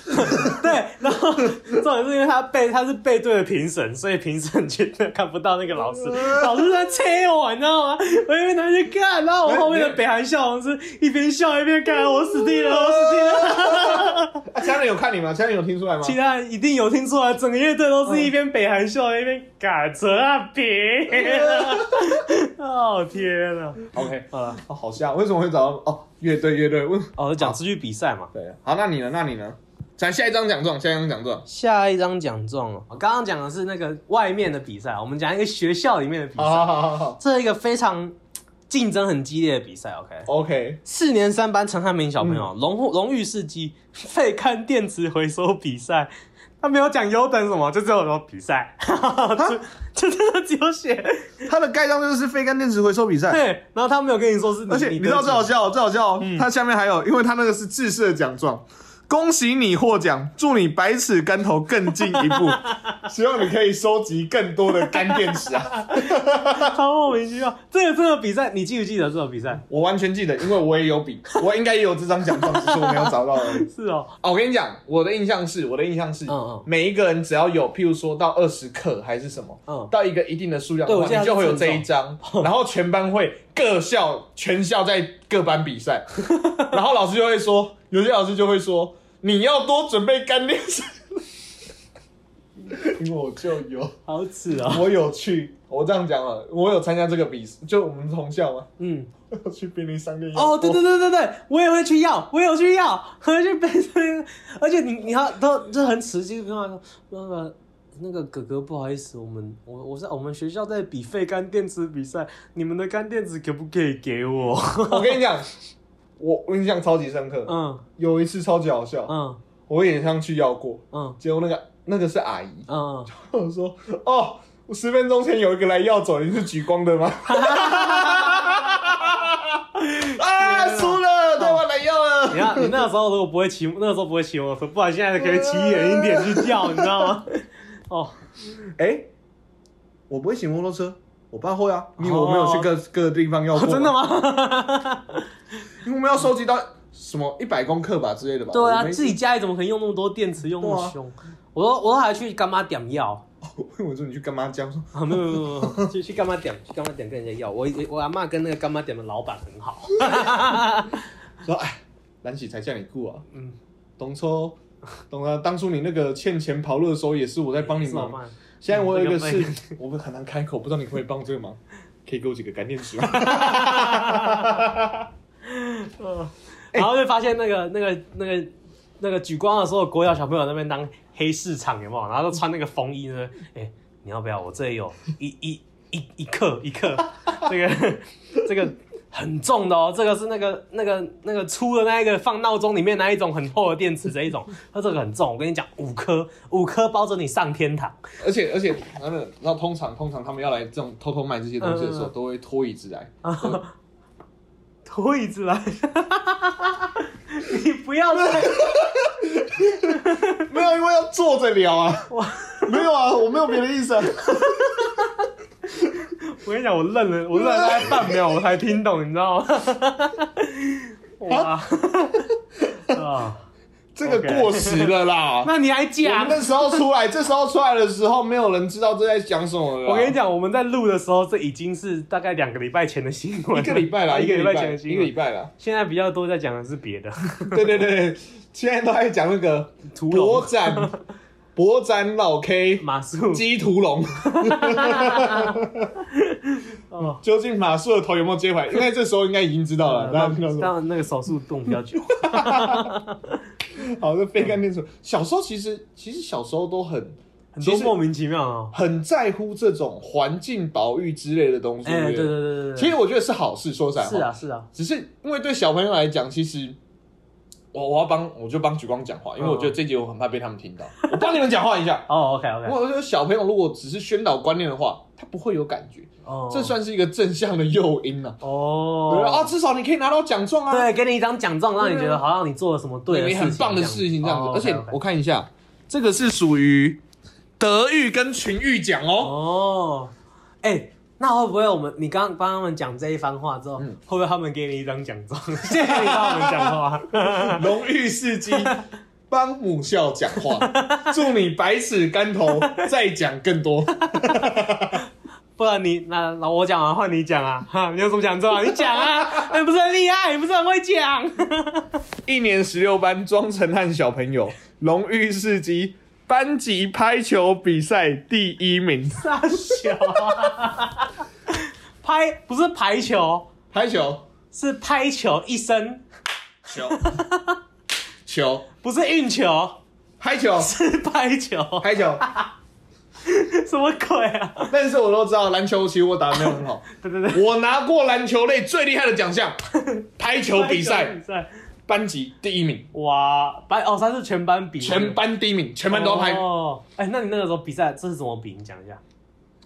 Speaker 1: 对，然后重点是因为他背他是背对着评审，所以评审觉得看不到那个老师，老师在切我，你知道吗？我一边拿去看，然后我后面的北韩笑容是一边笑一边看，我死定了，我死定了。
Speaker 2: 啊，其他人有看你吗？其他人有听出来吗？
Speaker 1: 其他人一定有听出嗯啊 来，整个乐队都是一边北韩秀一边嘎扯啊别，
Speaker 3: 哦天啊！
Speaker 2: OK，
Speaker 3: 好了，
Speaker 2: 哦，好像为什么会找到哦？乐队，乐队，问
Speaker 1: 哦，讲出去比赛嘛。
Speaker 2: 对，好，那你呢？那你呢？咱下一张奖状，下一张奖状。
Speaker 1: 下一张奖状哦，我刚刚讲的是那个外面的比赛，我们讲一个学校里面的比赛，
Speaker 2: 好好好
Speaker 1: 这是一个非常竞争很激烈的比赛。OK，
Speaker 2: ，OK，
Speaker 1: 四年三班陈汉明小朋友荣获荣誉事迹，废看电池回收比赛，他没有讲优等什么，就只有说比赛， 就就真的只有写
Speaker 2: 它的盖章就是废干电池回收比 赛。
Speaker 1: 对，然后他没有跟你说是你，
Speaker 2: 而且
Speaker 1: 你
Speaker 2: 你知道最好笑哦，最好笑哦，它下面还有，因为它那个是制式的奖状，恭喜你获奖，祝你百尺竿头更进一步，希望你可以收集更多的干电池啊！
Speaker 1: 得超莫名其妙。这个这个比赛，你记不记得这个比赛？
Speaker 2: 我完全记得，因为我也有笔，我应该也有这张奖状，只是我没有找到而已。
Speaker 1: 是哦，
Speaker 2: 哦，我跟你讲，我的印象是，我的印象是，
Speaker 1: 嗯嗯
Speaker 2: 每一个人只要有，譬如说到二十克还是什么，
Speaker 1: 嗯
Speaker 2: 到一个一定的数量
Speaker 1: 对
Speaker 2: 的
Speaker 1: 我
Speaker 2: 话，
Speaker 1: 记得
Speaker 2: 你就会有
Speaker 1: 它是
Speaker 2: 这一张，然后全班会各校全校在各班比 赛，然后老师就会说，有些老师就会说，你要多准备干练水， 因为我就有，
Speaker 1: 好耻哦，
Speaker 2: 我有去，我这样讲了，我有参加这个比，就我们同校嘛，
Speaker 1: 嗯，
Speaker 2: 我去便利商店
Speaker 1: 哦，对对
Speaker 2: 对，
Speaker 1: 对对对，我也会去要，我有去要，我会去背这个， 而且你你要都就很直接跟他说，那个那个哥哥不好意思，我们我我是我们学校在比废干电池比赛，你们的干电池可不可以给我？
Speaker 2: 我跟你讲，我我印象超级深刻，
Speaker 1: 嗯
Speaker 2: 有一次超级好笑，
Speaker 1: 嗯
Speaker 2: 我也上去要过，
Speaker 1: 嗯
Speaker 2: 结果那个那个是阿姨，
Speaker 1: 嗯，
Speaker 2: 我说哦，我十分钟前有一个来要走，你是举光的吗？ 啊，输了，对我来要了。
Speaker 1: 你看你那时候如果不会骑，那时候不会骑摩托车，不然现在可以骑远一点去要，你知道吗？哦，
Speaker 2: 哎、我不会骑摩托车，我爸会啊，因为我没有去各、各个地方要过、
Speaker 1: 真的
Speaker 2: 哦吗？
Speaker 1: 吗？
Speaker 2: 因为我们要收集到什么一百公克吧之类的 吧？
Speaker 1: 对
Speaker 2: 我
Speaker 1: 啊，
Speaker 2: 没
Speaker 1: 自己家里怎么可能用那么多电池，用那
Speaker 2: 对
Speaker 1: 么
Speaker 2: 啊
Speaker 1: 凶？我都我都还去干妈点药。
Speaker 2: 我说你去干妈家，我说
Speaker 1: 啊，没有没有没有没有，去去干妈点，去干妈点跟人家要。我我阿妈跟那个干妈点的老板很好。
Speaker 2: 说哎，兰喜才叫你雇啊，
Speaker 1: 嗯，
Speaker 2: 懂错。懂了，当初你那个欠钱跑路的时候，也是啊我在帮你
Speaker 1: 是
Speaker 2: 忙
Speaker 1: 老。板。
Speaker 2: 现在 我有一个
Speaker 3: 这
Speaker 2: 事
Speaker 3: 个，
Speaker 2: 我们很难开口，不知道你可不可以帮我这 个忙？可以给我几个干电池吗？
Speaker 1: 嗯，然后就发现那个那个那个那个举光的时候，国小小朋友在那边当黑市场有没有？然后都穿那个风衣呢，哎、你要不要？我这里有一一一一克一克，这个这个。很重的哦，这个是那个那个那个粗的那一个放闹钟里面那一种很厚的电池这一种，它这个很重，我跟你讲五颗五颗包着你上天堂。
Speaker 2: 而且而且，他们然后通常通常他们要来这种偷偷卖这些东西的时候，
Speaker 1: 嗯嗯嗯
Speaker 2: 都会拖椅子来。
Speaker 1: 拖椅子来， 你不要再
Speaker 2: 没有，因为要坐着聊啊。 没有啊，我没有别的意 思啊。
Speaker 1: 我跟你讲，我愣了，我愣了大概半秒，我才听懂，你知道吗？ 哇 啊！
Speaker 2: 这个过时了 啦。
Speaker 1: 那你还啊
Speaker 2: 我们
Speaker 1: 讲？
Speaker 2: 那时候出 来，这时候出来的时候，没有人知道这在讲什么了。
Speaker 1: 我跟你，讲，我们在录的时候，这已经是大概两个礼拜前的新闻了，
Speaker 2: 一个礼拜啦，
Speaker 1: 一
Speaker 2: 一
Speaker 1: 个
Speaker 2: 个
Speaker 1: 礼
Speaker 2: 礼
Speaker 1: 拜
Speaker 2: 拜
Speaker 1: 前的
Speaker 2: 一
Speaker 1: 新
Speaker 2: 个礼
Speaker 1: 闻。
Speaker 2: 拜啦。
Speaker 1: 现在比较多在讲的是别的，
Speaker 2: 对对对，现在都在讲那 个
Speaker 1: 屠龙
Speaker 2: 博展，博展老 K
Speaker 1: 马术
Speaker 2: 鸡屠龙。
Speaker 1: 哦，
Speaker 2: 究竟马术的头有没有接回来？应该这时候应该已经知道
Speaker 1: 嗯
Speaker 2: 了。哦大家听到
Speaker 1: 当
Speaker 2: 说，
Speaker 1: 然那个手术动比较 久，
Speaker 2: 好，这非干念书。小时候其实其实小时候都很
Speaker 1: 很
Speaker 2: 其
Speaker 1: 多
Speaker 2: 实
Speaker 1: 莫名其妙哦。
Speaker 2: 很在乎这种环境保育之类的东西。
Speaker 1: 哎，对
Speaker 2: 不
Speaker 1: 对对对对，
Speaker 2: 其实我觉哦得是好事，说实在话。
Speaker 1: 是啊是啊，
Speaker 2: 只是因为对小朋友来讲，其实我我要帮我就帮举光讲话，
Speaker 1: 嗯
Speaker 2: 因为我觉得这集我很怕被他们听到。我帮你们讲话一下。
Speaker 1: 哦，OK OK，
Speaker 2: 我觉得小朋友如果只是宣导观念的话，他不会有感觉，
Speaker 1: 哦，
Speaker 2: 这算是一个正向的诱因啊。对不对
Speaker 1: 哦
Speaker 2: 啊，，至少你可以拿到奖状啊。
Speaker 1: 对，给你一张奖状，让你觉得好像你做了什么对的
Speaker 2: 你
Speaker 1: 事情，
Speaker 2: 很棒的事情这样子。
Speaker 1: 哦
Speaker 2: 而且
Speaker 1: OK，OK
Speaker 2: 我看一下，这个是属于德育跟群育奖哦。
Speaker 1: 哦，哎、那会不会我们你刚帮他们讲这一番话之后，
Speaker 2: 嗯
Speaker 1: 会不会他们给你一张奖状？ 谢谢你帮我们讲话。 哦
Speaker 2: 荣誉事迹，帮母校讲 话，祝你百尺竿头，再讲更多。
Speaker 1: 不然你那那我讲完换你讲啊，哈，你有什么奖状啊？你讲啊，你不是很厉害，你不是很会讲。
Speaker 2: 一年十六班庄成汉小朋友，荣誉事迹。班级拍球比赛第一名，
Speaker 1: 傻小啊！ 拍不是排球，
Speaker 2: 排球
Speaker 1: 是拍球一生，
Speaker 2: 球 球
Speaker 1: 不是运球，
Speaker 2: 拍球
Speaker 1: 是拍球，
Speaker 2: 拍球，
Speaker 1: 什么鬼啊？
Speaker 2: 但是我都知道篮球其实我打的没有很好，
Speaker 1: 对对对，
Speaker 2: 我拿过篮球类最厉害的 奖项，排球
Speaker 1: 排球
Speaker 2: 比赛
Speaker 1: 比赛，
Speaker 2: 班级第一名，
Speaker 1: 哇，班哦，他是全班比，
Speaker 2: 全班第一名，全班都要拍，
Speaker 1: 哦，哎、那你那个时候比赛这是怎么比？你讲一下，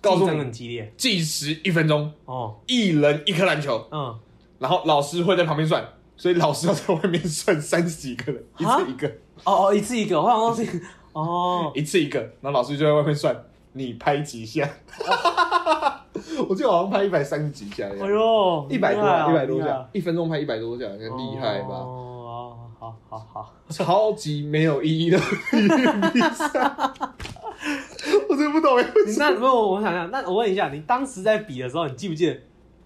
Speaker 2: 告诉
Speaker 1: 竞争很
Speaker 2: 你
Speaker 1: 激烈
Speaker 2: 计时一分钟，
Speaker 1: 哦，
Speaker 2: 一人一颗篮球，
Speaker 1: 嗯，
Speaker 2: 然后老师会在旁边算，所以老师要在外面算 三十几个人，一
Speaker 1: 啊
Speaker 2: 次一个，
Speaker 1: 哦哦，一次一个，我想说是， 哦，
Speaker 2: 一次一个，然后老师就在外面算你拍几下， 我记得我好像拍一百三十几下，
Speaker 1: 哦哎呦，
Speaker 2: 一百多
Speaker 1: 厉害
Speaker 2: 下，
Speaker 1: 啊
Speaker 2: 一百多
Speaker 1: 厉害
Speaker 2: 下
Speaker 1: 啊，
Speaker 2: 一分钟拍一百多下，厉害吧？
Speaker 1: 哦，好好 好，
Speaker 2: 超级没有意义的比赛， 我真的不懂哎，
Speaker 1: 你那没有，我想想，那我问一下，你当时在比的时候，你记不记得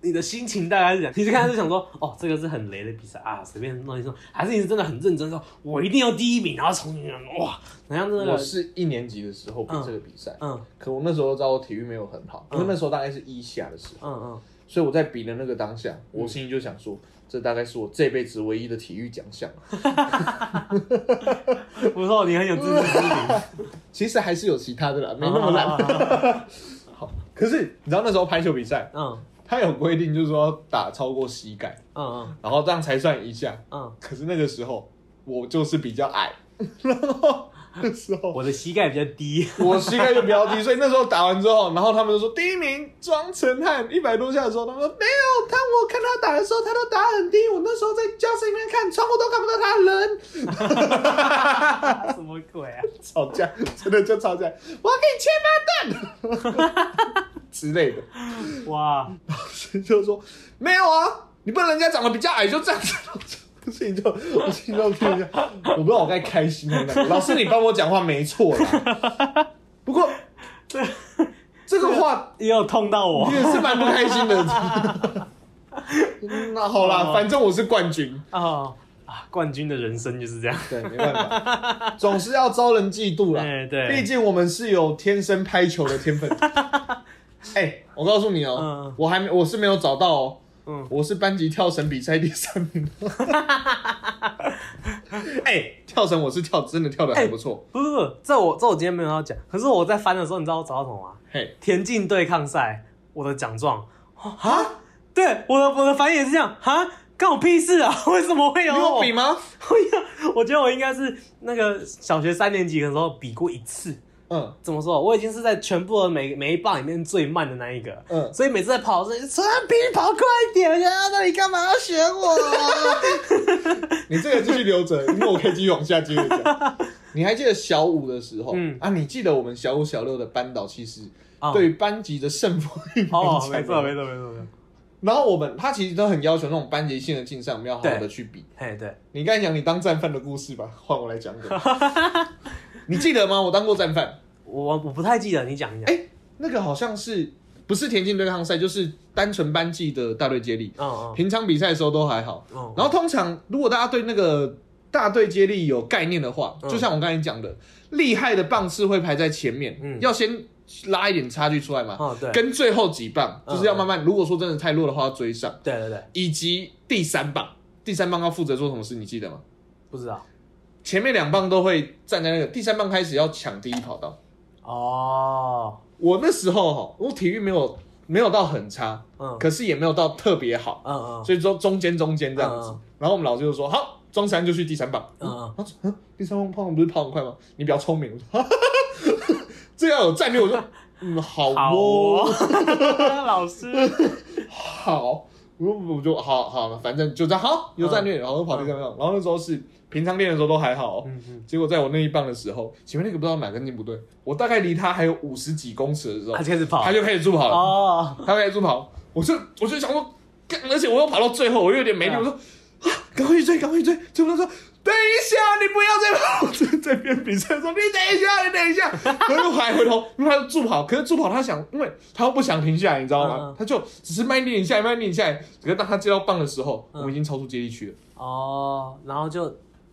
Speaker 1: 你的心情大概是怎样？你是刚开始想说，哦，这个是很雷的比赛啊，随便弄一弄，还是你是真的很认真说，我一定要第一名，然后从哇，然后那
Speaker 2: 我
Speaker 1: 个，
Speaker 2: 是一年级的时候比这个比赛，
Speaker 1: 嗯
Speaker 2: 可我那时候知道我体育没有很好，因为
Speaker 1: 嗯
Speaker 2: 那时候大概是一下的时候，
Speaker 1: 嗯嗯，
Speaker 2: 所以我在比的那个当下，我心里就想说，这大概是我这辈子唯一的体育奖项。
Speaker 1: 不错，嗯你很有自知之明，
Speaker 2: 其实还是有其他的啦，没那么
Speaker 1: 啊
Speaker 2: 烂。好，可是你知道那时候排球比赛，
Speaker 1: 嗯
Speaker 2: 它有规定，就是说要打超过膝盖，
Speaker 1: 嗯嗯
Speaker 2: 然后这样才算一下。
Speaker 1: 嗯，
Speaker 2: 可是那个时候我就是比较矮， 然后那时候
Speaker 1: 我的膝盖比较低，
Speaker 2: 我膝盖就比较低，所以那时候打完之后，然后他们就说第一名庄成汉一百多下的时候，他们说没有他，我看他打的时候他都打很低，我那时候在教室里面看窗户都看不到他的人，
Speaker 1: 什么鬼啊？
Speaker 2: 吵架，真的就吵架，我要给你切八段之类的。
Speaker 1: 哇，
Speaker 2: 就说没有啊，你不能人家长得比较矮就这样子。不是你就我心中听一下，我不知道我该开心还是难过。老师，你帮我讲话没错啦。不过
Speaker 1: 这
Speaker 2: 这个话
Speaker 1: 也有痛到我
Speaker 2: 你也是蛮不开心的。 嗯那好啦，反正我是冠军，
Speaker 1: 哦啊！冠军的人生就是这样，
Speaker 2: 对，没办法，总是要招人嫉妒啦。
Speaker 1: 哎对
Speaker 2: 啊毕竟我们是有天生拍球 的天分。哎、我告诉你哦、
Speaker 1: 嗯
Speaker 2: 我还没，我是没有找到哦、
Speaker 1: 嗯，
Speaker 2: 我是班级跳绳比赛第三 名。哎、跳绳我是跳，真的跳的还不错。
Speaker 1: 不不不，这我这我今天没有要讲，可是我在翻的时候，你知道我找到什么吗？
Speaker 2: 嘿，
Speaker 1: 田径对抗赛，我的奖状啊，对，我的我的反应也是这样啊，干我屁事啊？ 为什么会有
Speaker 2: 你有
Speaker 1: 我
Speaker 2: 比？吗？
Speaker 1: 我有 我觉得我应该是那个小学三年级的时候比过一次。
Speaker 2: 嗯
Speaker 1: 怎么说？我已经是在全部的每每一棒里面最慢的那一个，
Speaker 2: 嗯
Speaker 1: 所以每次在跑的时候，陈安平跑快一点啊！那你干嘛要学我？
Speaker 2: 你这个继续留着，因为我可以继续往下接 着讲。你还记得小五的时候？
Speaker 1: 嗯
Speaker 2: 啊，你记得我们小五小六的班导其实
Speaker 1: 啊
Speaker 2: 对于班级的胜负欲蛮
Speaker 1: 哦，
Speaker 2: 强的
Speaker 1: 没错没错没错没错，
Speaker 2: 然后我们他其实都很要求那种班级性的竞赛，我们要好好的
Speaker 1: 对
Speaker 2: 去 比。
Speaker 1: 哎对，
Speaker 2: 你刚才讲你当战犯的故事吧，换我来讲一个。 你记得吗？我当过战犯。
Speaker 1: 我我不太记得，你讲一讲。
Speaker 2: 哎、那个好像是不是田径对抗赛，就是单纯班级的大队接力。
Speaker 1: 嗯嗯
Speaker 2: 平常比赛的时候都还好，
Speaker 1: 嗯，
Speaker 2: 然后通常如果大家对那个大队接力有概念的话，
Speaker 1: 嗯
Speaker 2: 就像我刚才讲的，厉害的棒次会排在前面，
Speaker 1: 嗯
Speaker 2: 要先拉一点差距出来嘛，
Speaker 1: 哦对，嗯对
Speaker 2: 跟最后几棒就是要慢慢，如果说真的太弱的话要追上，
Speaker 1: 对对，
Speaker 2: 以及第三棒，第三棒要负责做什么事，你记得吗？
Speaker 1: 不知道
Speaker 2: 前面两棒都会站在那个第三棒开始要抢第一跑道。
Speaker 1: 哦，
Speaker 2: 我那时候哈，我体育没有没有到很差，
Speaker 1: 嗯
Speaker 2: 可是也没有到特别好，
Speaker 1: 嗯嗯
Speaker 2: 所以说中间中间这样子。
Speaker 1: 嗯嗯
Speaker 2: 然后我们老师就说：“好，中山就去第三棒。
Speaker 1: 嗯嗯，
Speaker 2: 然后说嗯，第三棒跑不是跑很快吗？你比较聪明。我说哈哈哈哈 这要有战略。我说：“嗯，好
Speaker 1: 好哦
Speaker 2: 哦，，
Speaker 1: 老师，
Speaker 2: 好。”我我就好好了，反正就这样。好，有战略，然后就跑第三棒。然后那时候是平常练的时候都还好哦、
Speaker 1: 嗯嗯，
Speaker 2: 结果在我那一棒的时候，前面那个不知道哪根筋不对，我大概离他还有五十几公尺的时候
Speaker 1: 他，开始跑
Speaker 2: 他，就开始助跑了。
Speaker 1: 哦，
Speaker 2: 他开始助跑，我就我就想说，干而且我又跑到最后，我又有点没力，
Speaker 1: 对啊
Speaker 2: 我说啊，赶快去追，赶快去追，追不到说。等一下，你不要再跑！ 这这边比赛说你等一下，你等一下，然后还回头，因为他助跑，可是助跑他想，因为他又不想停下来，你知道吗？
Speaker 1: 嗯嗯
Speaker 2: 他就只是慢一点下来，慢一点下来。可是当他接到棒的时候，
Speaker 1: 嗯
Speaker 2: 我们已经超出接力区了。
Speaker 1: 哦，然后就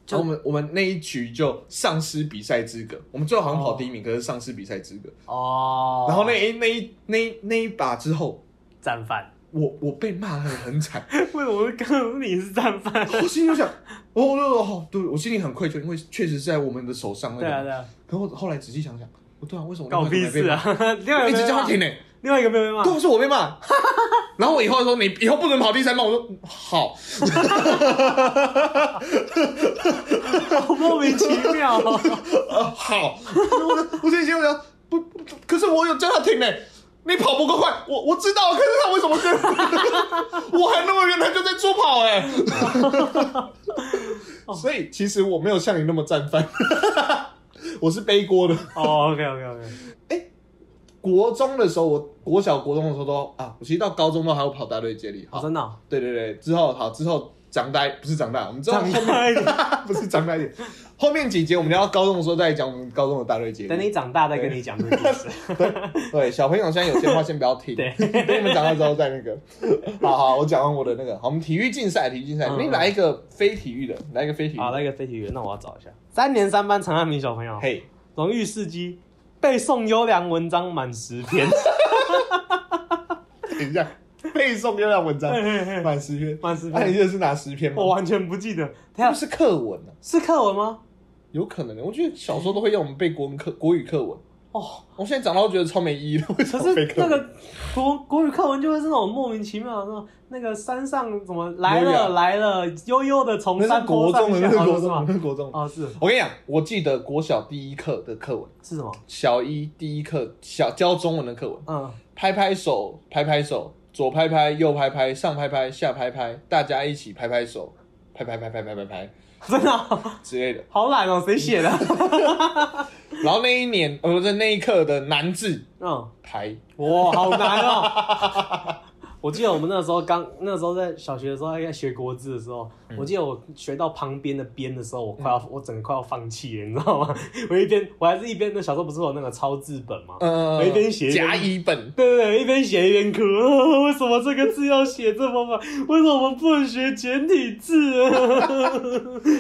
Speaker 1: 就
Speaker 2: 然后我们我们那一局就丧失比赛资格，我们最后好像跑第一名，可是丧失比赛资格。
Speaker 1: 哦，
Speaker 2: 然后那一那一那一那一把之后，
Speaker 1: 战犯，
Speaker 2: 我我被骂的很惨，
Speaker 3: 为什么刚刚你是战犯？
Speaker 2: 我心里就想，哦哦哦，对我心里很愧疚，因为确实是在我们的手上那
Speaker 3: 对啊对
Speaker 2: 个。
Speaker 3: 啊，
Speaker 2: 可我后来仔细想想，不对啊，为什么
Speaker 3: 搞屁事啊！另外
Speaker 2: 另外
Speaker 3: 一
Speaker 2: 一个
Speaker 3: 个
Speaker 2: 没被骂？一直
Speaker 3: 没
Speaker 2: 叫
Speaker 3: 骂
Speaker 2: 他，停呢、啊
Speaker 3: 另外一个没有被 骂，
Speaker 2: 都是我被骂。 然后我以后说你以后不准跑第三棒，我说好，
Speaker 3: 好莫名其 妙哦。
Speaker 2: 呃好。 我的我这些我想不，不可是我有叫他停呢、你跑不够快，我我知道，可是他为什么跟 我还那么远，他就在助跑哎、
Speaker 3: 哦
Speaker 2: 所以其实我没有像你那么战犯， 我是背锅的。
Speaker 3: 哦，OK OK OK，
Speaker 2: 国中的时候，我国小国中的时候都啊，我其实到高中都还有跑大队接力。
Speaker 1: 哦，
Speaker 2: 好，
Speaker 1: 真的哦
Speaker 2: 对对对，之后好之后长大不是长大，我们之后后面
Speaker 3: 大一点，
Speaker 2: 不是长大一点，后面几节我们聊到高中的时候再讲我们高中的大队接力。
Speaker 1: 等你长大再跟你讲这个故事。
Speaker 2: 对小朋友现在有些话先不要听，
Speaker 3: 对
Speaker 2: 等你们长大之后再 那个。好好，我讲完我的那个，好，我们体育竞赛，体育竞赛，
Speaker 1: 嗯
Speaker 2: 你来一个非体育的，来一个非体育
Speaker 1: 好，
Speaker 2: 的。
Speaker 1: 那个飞体员，那我要找一下。三年三班陈汉明小朋友，
Speaker 2: 嘿，
Speaker 1: 荣誉事迹背诵优良文章满十篇，
Speaker 2: 等一下， 背诵优良文 章 满十篇，啊
Speaker 1: 满十
Speaker 2: 那你
Speaker 1: 篇，
Speaker 2: 这是拿十篇吗
Speaker 1: 哎我？完全不记得。他
Speaker 2: 那
Speaker 1: 要
Speaker 2: 不是课文啊，
Speaker 1: 是课文吗？
Speaker 2: 有可能的。我觉得小时候都会要我们背国文课、国语课文，
Speaker 1: 哦，
Speaker 2: 我现在长大都觉得超没意义的。为什
Speaker 1: 可
Speaker 2: 么背
Speaker 1: 是
Speaker 2: 哦课
Speaker 1: 那
Speaker 2: 文？
Speaker 1: 个国国语课文就会是那种莫名其妙的那种，那个山上怎么来
Speaker 2: 优雅
Speaker 1: 了来了，悠悠的从
Speaker 2: 那
Speaker 1: 山
Speaker 2: 是
Speaker 1: 坡
Speaker 2: 国
Speaker 1: 上
Speaker 2: 中的，那
Speaker 1: 下
Speaker 2: 是
Speaker 1: 哦
Speaker 2: 国
Speaker 1: 是
Speaker 2: 中的，
Speaker 1: 吗？
Speaker 2: 那是国中的。
Speaker 1: 哦，是
Speaker 2: 我跟你讲，我记得国小第一课的课文，
Speaker 1: 是什么？
Speaker 2: 小一第一课小教中文的课文，
Speaker 1: 嗯，
Speaker 2: 拍拍手，拍拍手，左拍拍，右拍拍，上拍拍，下拍拍，大家一起拍拍手，拍拍拍拍拍拍拍
Speaker 1: 真的哦
Speaker 2: 之类的。
Speaker 1: 好懒哦，谁写的？
Speaker 2: 然后那一年，呃，不是那一课的难字
Speaker 1: 嗯。
Speaker 2: 台，
Speaker 1: 哇，好难哦！ 我记得我们那时候刚那时候在小学的时候在学国字的时候，我记得我学到旁边的边的时候，我快要、我整个快要放弃了，你知道吗？ 我一边我还是一边那小时候不是有那个抄字本吗？
Speaker 2: 呃，
Speaker 1: 我一边写一边
Speaker 2: 甲乙本，
Speaker 1: 对对对，一边写一边哭、 啊为什么这个字要写这么慢？为什么我们不能学简体字、 啊？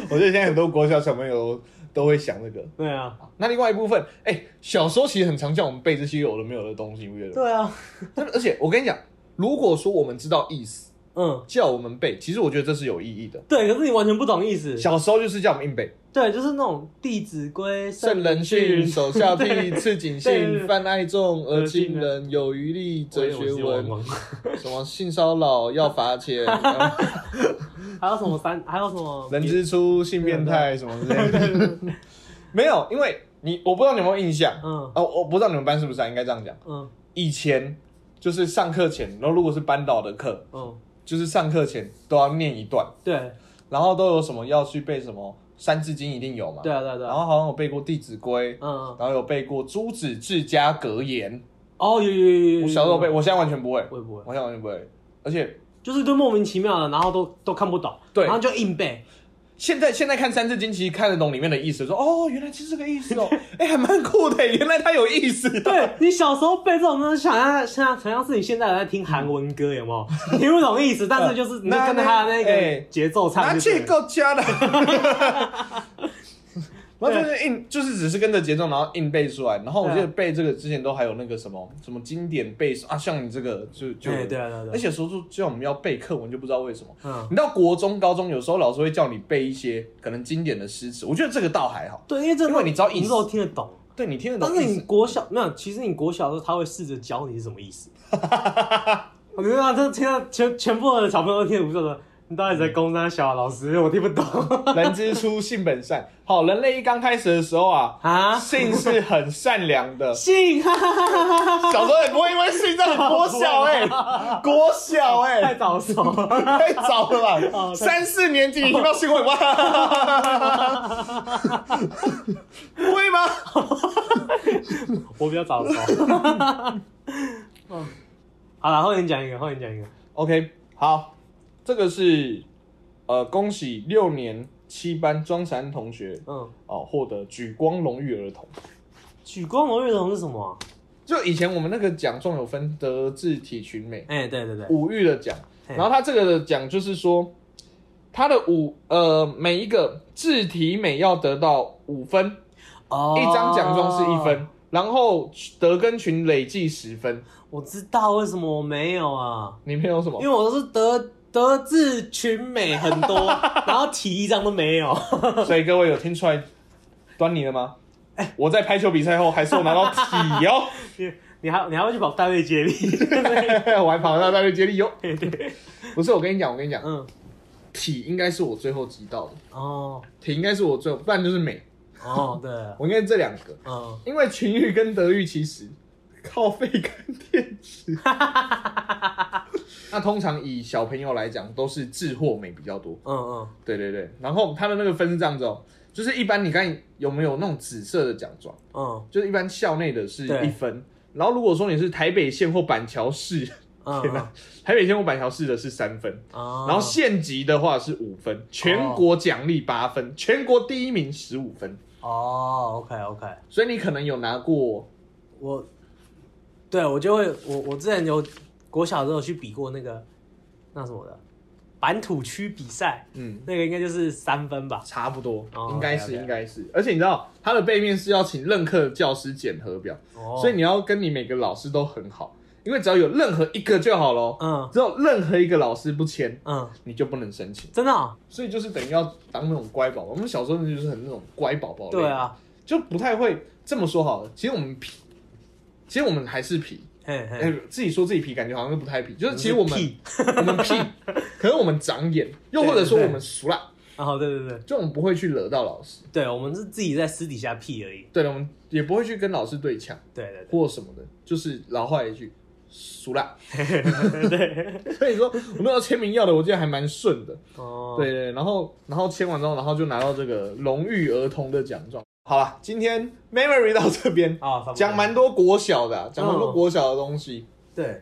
Speaker 2: 我觉得现在很多国小小朋友都会想这个。
Speaker 1: 对啊，
Speaker 2: 那另外一部分，哎、小时候其实很常叫我们背这些有的没有的东西，我觉得。
Speaker 1: 对啊，
Speaker 2: 真的，而且我跟你讲，如果说我们知道意思，
Speaker 1: 嗯，
Speaker 2: 叫我们背，其实我觉得这是有意义的。
Speaker 1: 对。可是你完全不懂意思，
Speaker 2: 小时候就是叫我们硬背，
Speaker 1: 对，就是那种《弟子规》《
Speaker 2: 圣人训、手下悌、赤井
Speaker 1: 对对
Speaker 2: 信、
Speaker 1: 对
Speaker 2: 泛爱众而亲
Speaker 1: 而亲
Speaker 2: 仁、有余力、
Speaker 1: 哲
Speaker 2: 则学文，
Speaker 1: 文。
Speaker 2: 什么性骚扰要罚 钱，然后
Speaker 1: 还有什么三？还有什么
Speaker 2: 人之初性变态什么之类的。没有，因为你我不知道你有没有印象，
Speaker 1: 嗯
Speaker 2: 哦，我不知道你们班是不是啊，应该这样讲。
Speaker 1: 嗯
Speaker 2: 以前就是上课前，然后如果是班导的课，
Speaker 1: 嗯，
Speaker 2: 就是上课前都要念一段，
Speaker 1: 对
Speaker 2: 然后都有什么要去背什么《三字经》一定有嘛，
Speaker 1: 对啊对啊对
Speaker 2: 然
Speaker 1: 啊，
Speaker 2: 后好像有背过《弟子规》，
Speaker 1: 嗯嗯
Speaker 2: 然后有背过《朱子治家格言》。
Speaker 1: 哦有有有有有，
Speaker 2: 我小时候背，我现在完全不会，
Speaker 1: 会不会
Speaker 2: 我现在完全不会。而且
Speaker 1: 就是都莫名其妙的，然后都都看不懂，
Speaker 2: 对
Speaker 1: 然后就硬背，
Speaker 2: 现在现在看《三字经》，其实看得懂里面的意思，说哦，原来是这个 意思哦，哎、还蛮酷的，原来它有意思。
Speaker 1: 对你小时候背这种东西，想像像想像是你现在在听韩文歌，有没有？听不懂意思，但是就是你就跟着他的那
Speaker 2: 哎
Speaker 1: 个节奏唱
Speaker 2: 拿
Speaker 1: 就
Speaker 2: 去
Speaker 1: 对了，
Speaker 2: 够家 了。然后就是硬，就是只是跟着节奏，然后硬背出来。然后我记
Speaker 1: 啊
Speaker 2: 得背这个之前都还有那个什么什么经典背诵啊，像你这个就就，
Speaker 1: 哎对啊对啊对啊
Speaker 2: 而且说说叫我们要背课文，就不知道为什么。
Speaker 1: 嗯。
Speaker 2: 你到国中、高中，有时候老师会叫你背一些可能经典的诗词，我觉得这个倒还好，
Speaker 1: 对，因为这
Speaker 2: 因为你知道意思
Speaker 1: 你都听得懂，
Speaker 2: 对你听得
Speaker 1: 但
Speaker 2: 懂
Speaker 1: 是
Speaker 2: 意
Speaker 1: 你
Speaker 2: 思。
Speaker 1: 国小没有，其实你国小的时候他会试着教你是什么意思。 我跟你讲，这听到全全部的小朋友都听得不懂的，你到底在攻山小啊老师？我听不懂
Speaker 2: 人之初，性本善。好，人类一刚开始的时候啊，
Speaker 1: 啊！。
Speaker 2: 性是很善良的
Speaker 1: 信哈哈哈哈哈哈，
Speaker 2: 小时候也不会因为性这样，国小哎、 国小哎、
Speaker 1: 太早熟了。
Speaker 2: 太早了吧？
Speaker 1: 哦对
Speaker 2: 三四年级你听到新闻哇，不会吗？
Speaker 1: 我比较早 熟。嗯，好了，后面讲一个，后面讲一个。
Speaker 2: OK，好，这个是呃，恭喜六年七班庄山同学
Speaker 1: 嗯，
Speaker 2: 哦获得举光荣誉儿童。
Speaker 1: 举光荣誉童是什么啊、
Speaker 2: 就以前我们那个奖状有分德智体群美
Speaker 1: 哎、对对对，
Speaker 2: 五育的奖，
Speaker 1: 嘿
Speaker 2: 然后他这个的奖就是说，他的五呃每一个智体美要得到五分，
Speaker 1: 哦
Speaker 2: 一张奖状是一分，，然后德跟群累计十分。
Speaker 1: 我知道为什么我没有啊，
Speaker 2: 你没有什么
Speaker 1: 因？为我都是德德智群美很 多，然后体一张都没有。
Speaker 2: 所以各位有听出来端倪了吗？我在排球比赛后还是有拿到体哦，
Speaker 1: 你你还你还会去跑大卫接力？
Speaker 2: 我还跑到大队接力哟。
Speaker 1: 对对，
Speaker 2: 不是，我跟你讲，我跟你 讲，
Speaker 1: 嗯，
Speaker 2: 体应该是我最后知道的，
Speaker 1: 哦
Speaker 2: 体应该是我最后，不然就是美，
Speaker 1: 哦，对，
Speaker 2: 我应该是这两个。
Speaker 1: 嗯，
Speaker 2: 因为群玉跟德玉其实靠肺跟电 池。那通常以小朋友来讲，都是智或美比较多。
Speaker 1: 嗯嗯，
Speaker 2: 对对对，然后他的那个分是这样子哦，就是一般你看有没有那种紫色的奖状，
Speaker 1: 嗯
Speaker 2: 就是一般校内的是
Speaker 1: 对
Speaker 2: 一分，然后如果说你是台北县或板桥 市，
Speaker 1: 嗯，
Speaker 2: 天哪、台北县或板桥市的是三分，
Speaker 1: 嗯
Speaker 2: 然后县级的话是五分，全国奖励八分，全国第一名十五分，
Speaker 1: 哦，OK OK，
Speaker 2: 所以你可能有拿过
Speaker 1: 我对我就会我我之前有国小的时候去比过那个那什么的板土区比赛，
Speaker 2: 嗯。
Speaker 1: 那个应该就是三分吧？
Speaker 2: 差不多，
Speaker 1: 哦
Speaker 2: 应该是
Speaker 1: 了解
Speaker 2: 应该是，而且你知道它的背面是要请任课教师检核表，
Speaker 1: 哦，
Speaker 2: 所以你要跟你每个老师都很好，因为只要有任何一个就好咯。
Speaker 1: 嗯
Speaker 2: 只有任何一个老师不签，
Speaker 1: 嗯，
Speaker 2: 你就不能申请，
Speaker 1: 真的哦、
Speaker 2: 所以就是等于要当那种乖宝宝。我们小时候就是很那种乖宝宝，
Speaker 1: 对，啊，
Speaker 2: 就不太会这么说好了。其实我们皮，其实我们还是皮，
Speaker 1: 嘿
Speaker 2: 哎、
Speaker 1: 嘿，
Speaker 2: 自己说自己皮，感觉好像是不太皮，就是其实我们
Speaker 1: 屁，
Speaker 2: 我们屁，可是我们长眼，又或者说我们熟啦，
Speaker 1: 哦对对对
Speaker 2: 就我们不会去惹到老师。
Speaker 1: 对，我们是自己在私底下屁而已，
Speaker 2: 对了，我们也不会去跟老师对呛
Speaker 1: 对对对
Speaker 2: 或什么的，就是老话一句，熟啦。
Speaker 1: 对 对，
Speaker 2: 所以说，我那时候签名要的，我记得还蛮顺的。
Speaker 1: 哦，
Speaker 2: 对对，然后然后签完之后，然后就拿到这个荣誉儿童的奖状。好了，今天 memory 到这边，
Speaker 1: 啊，差不多嗯
Speaker 2: 讲蛮多国小的啊、讲蛮多国小的东西。
Speaker 1: 对，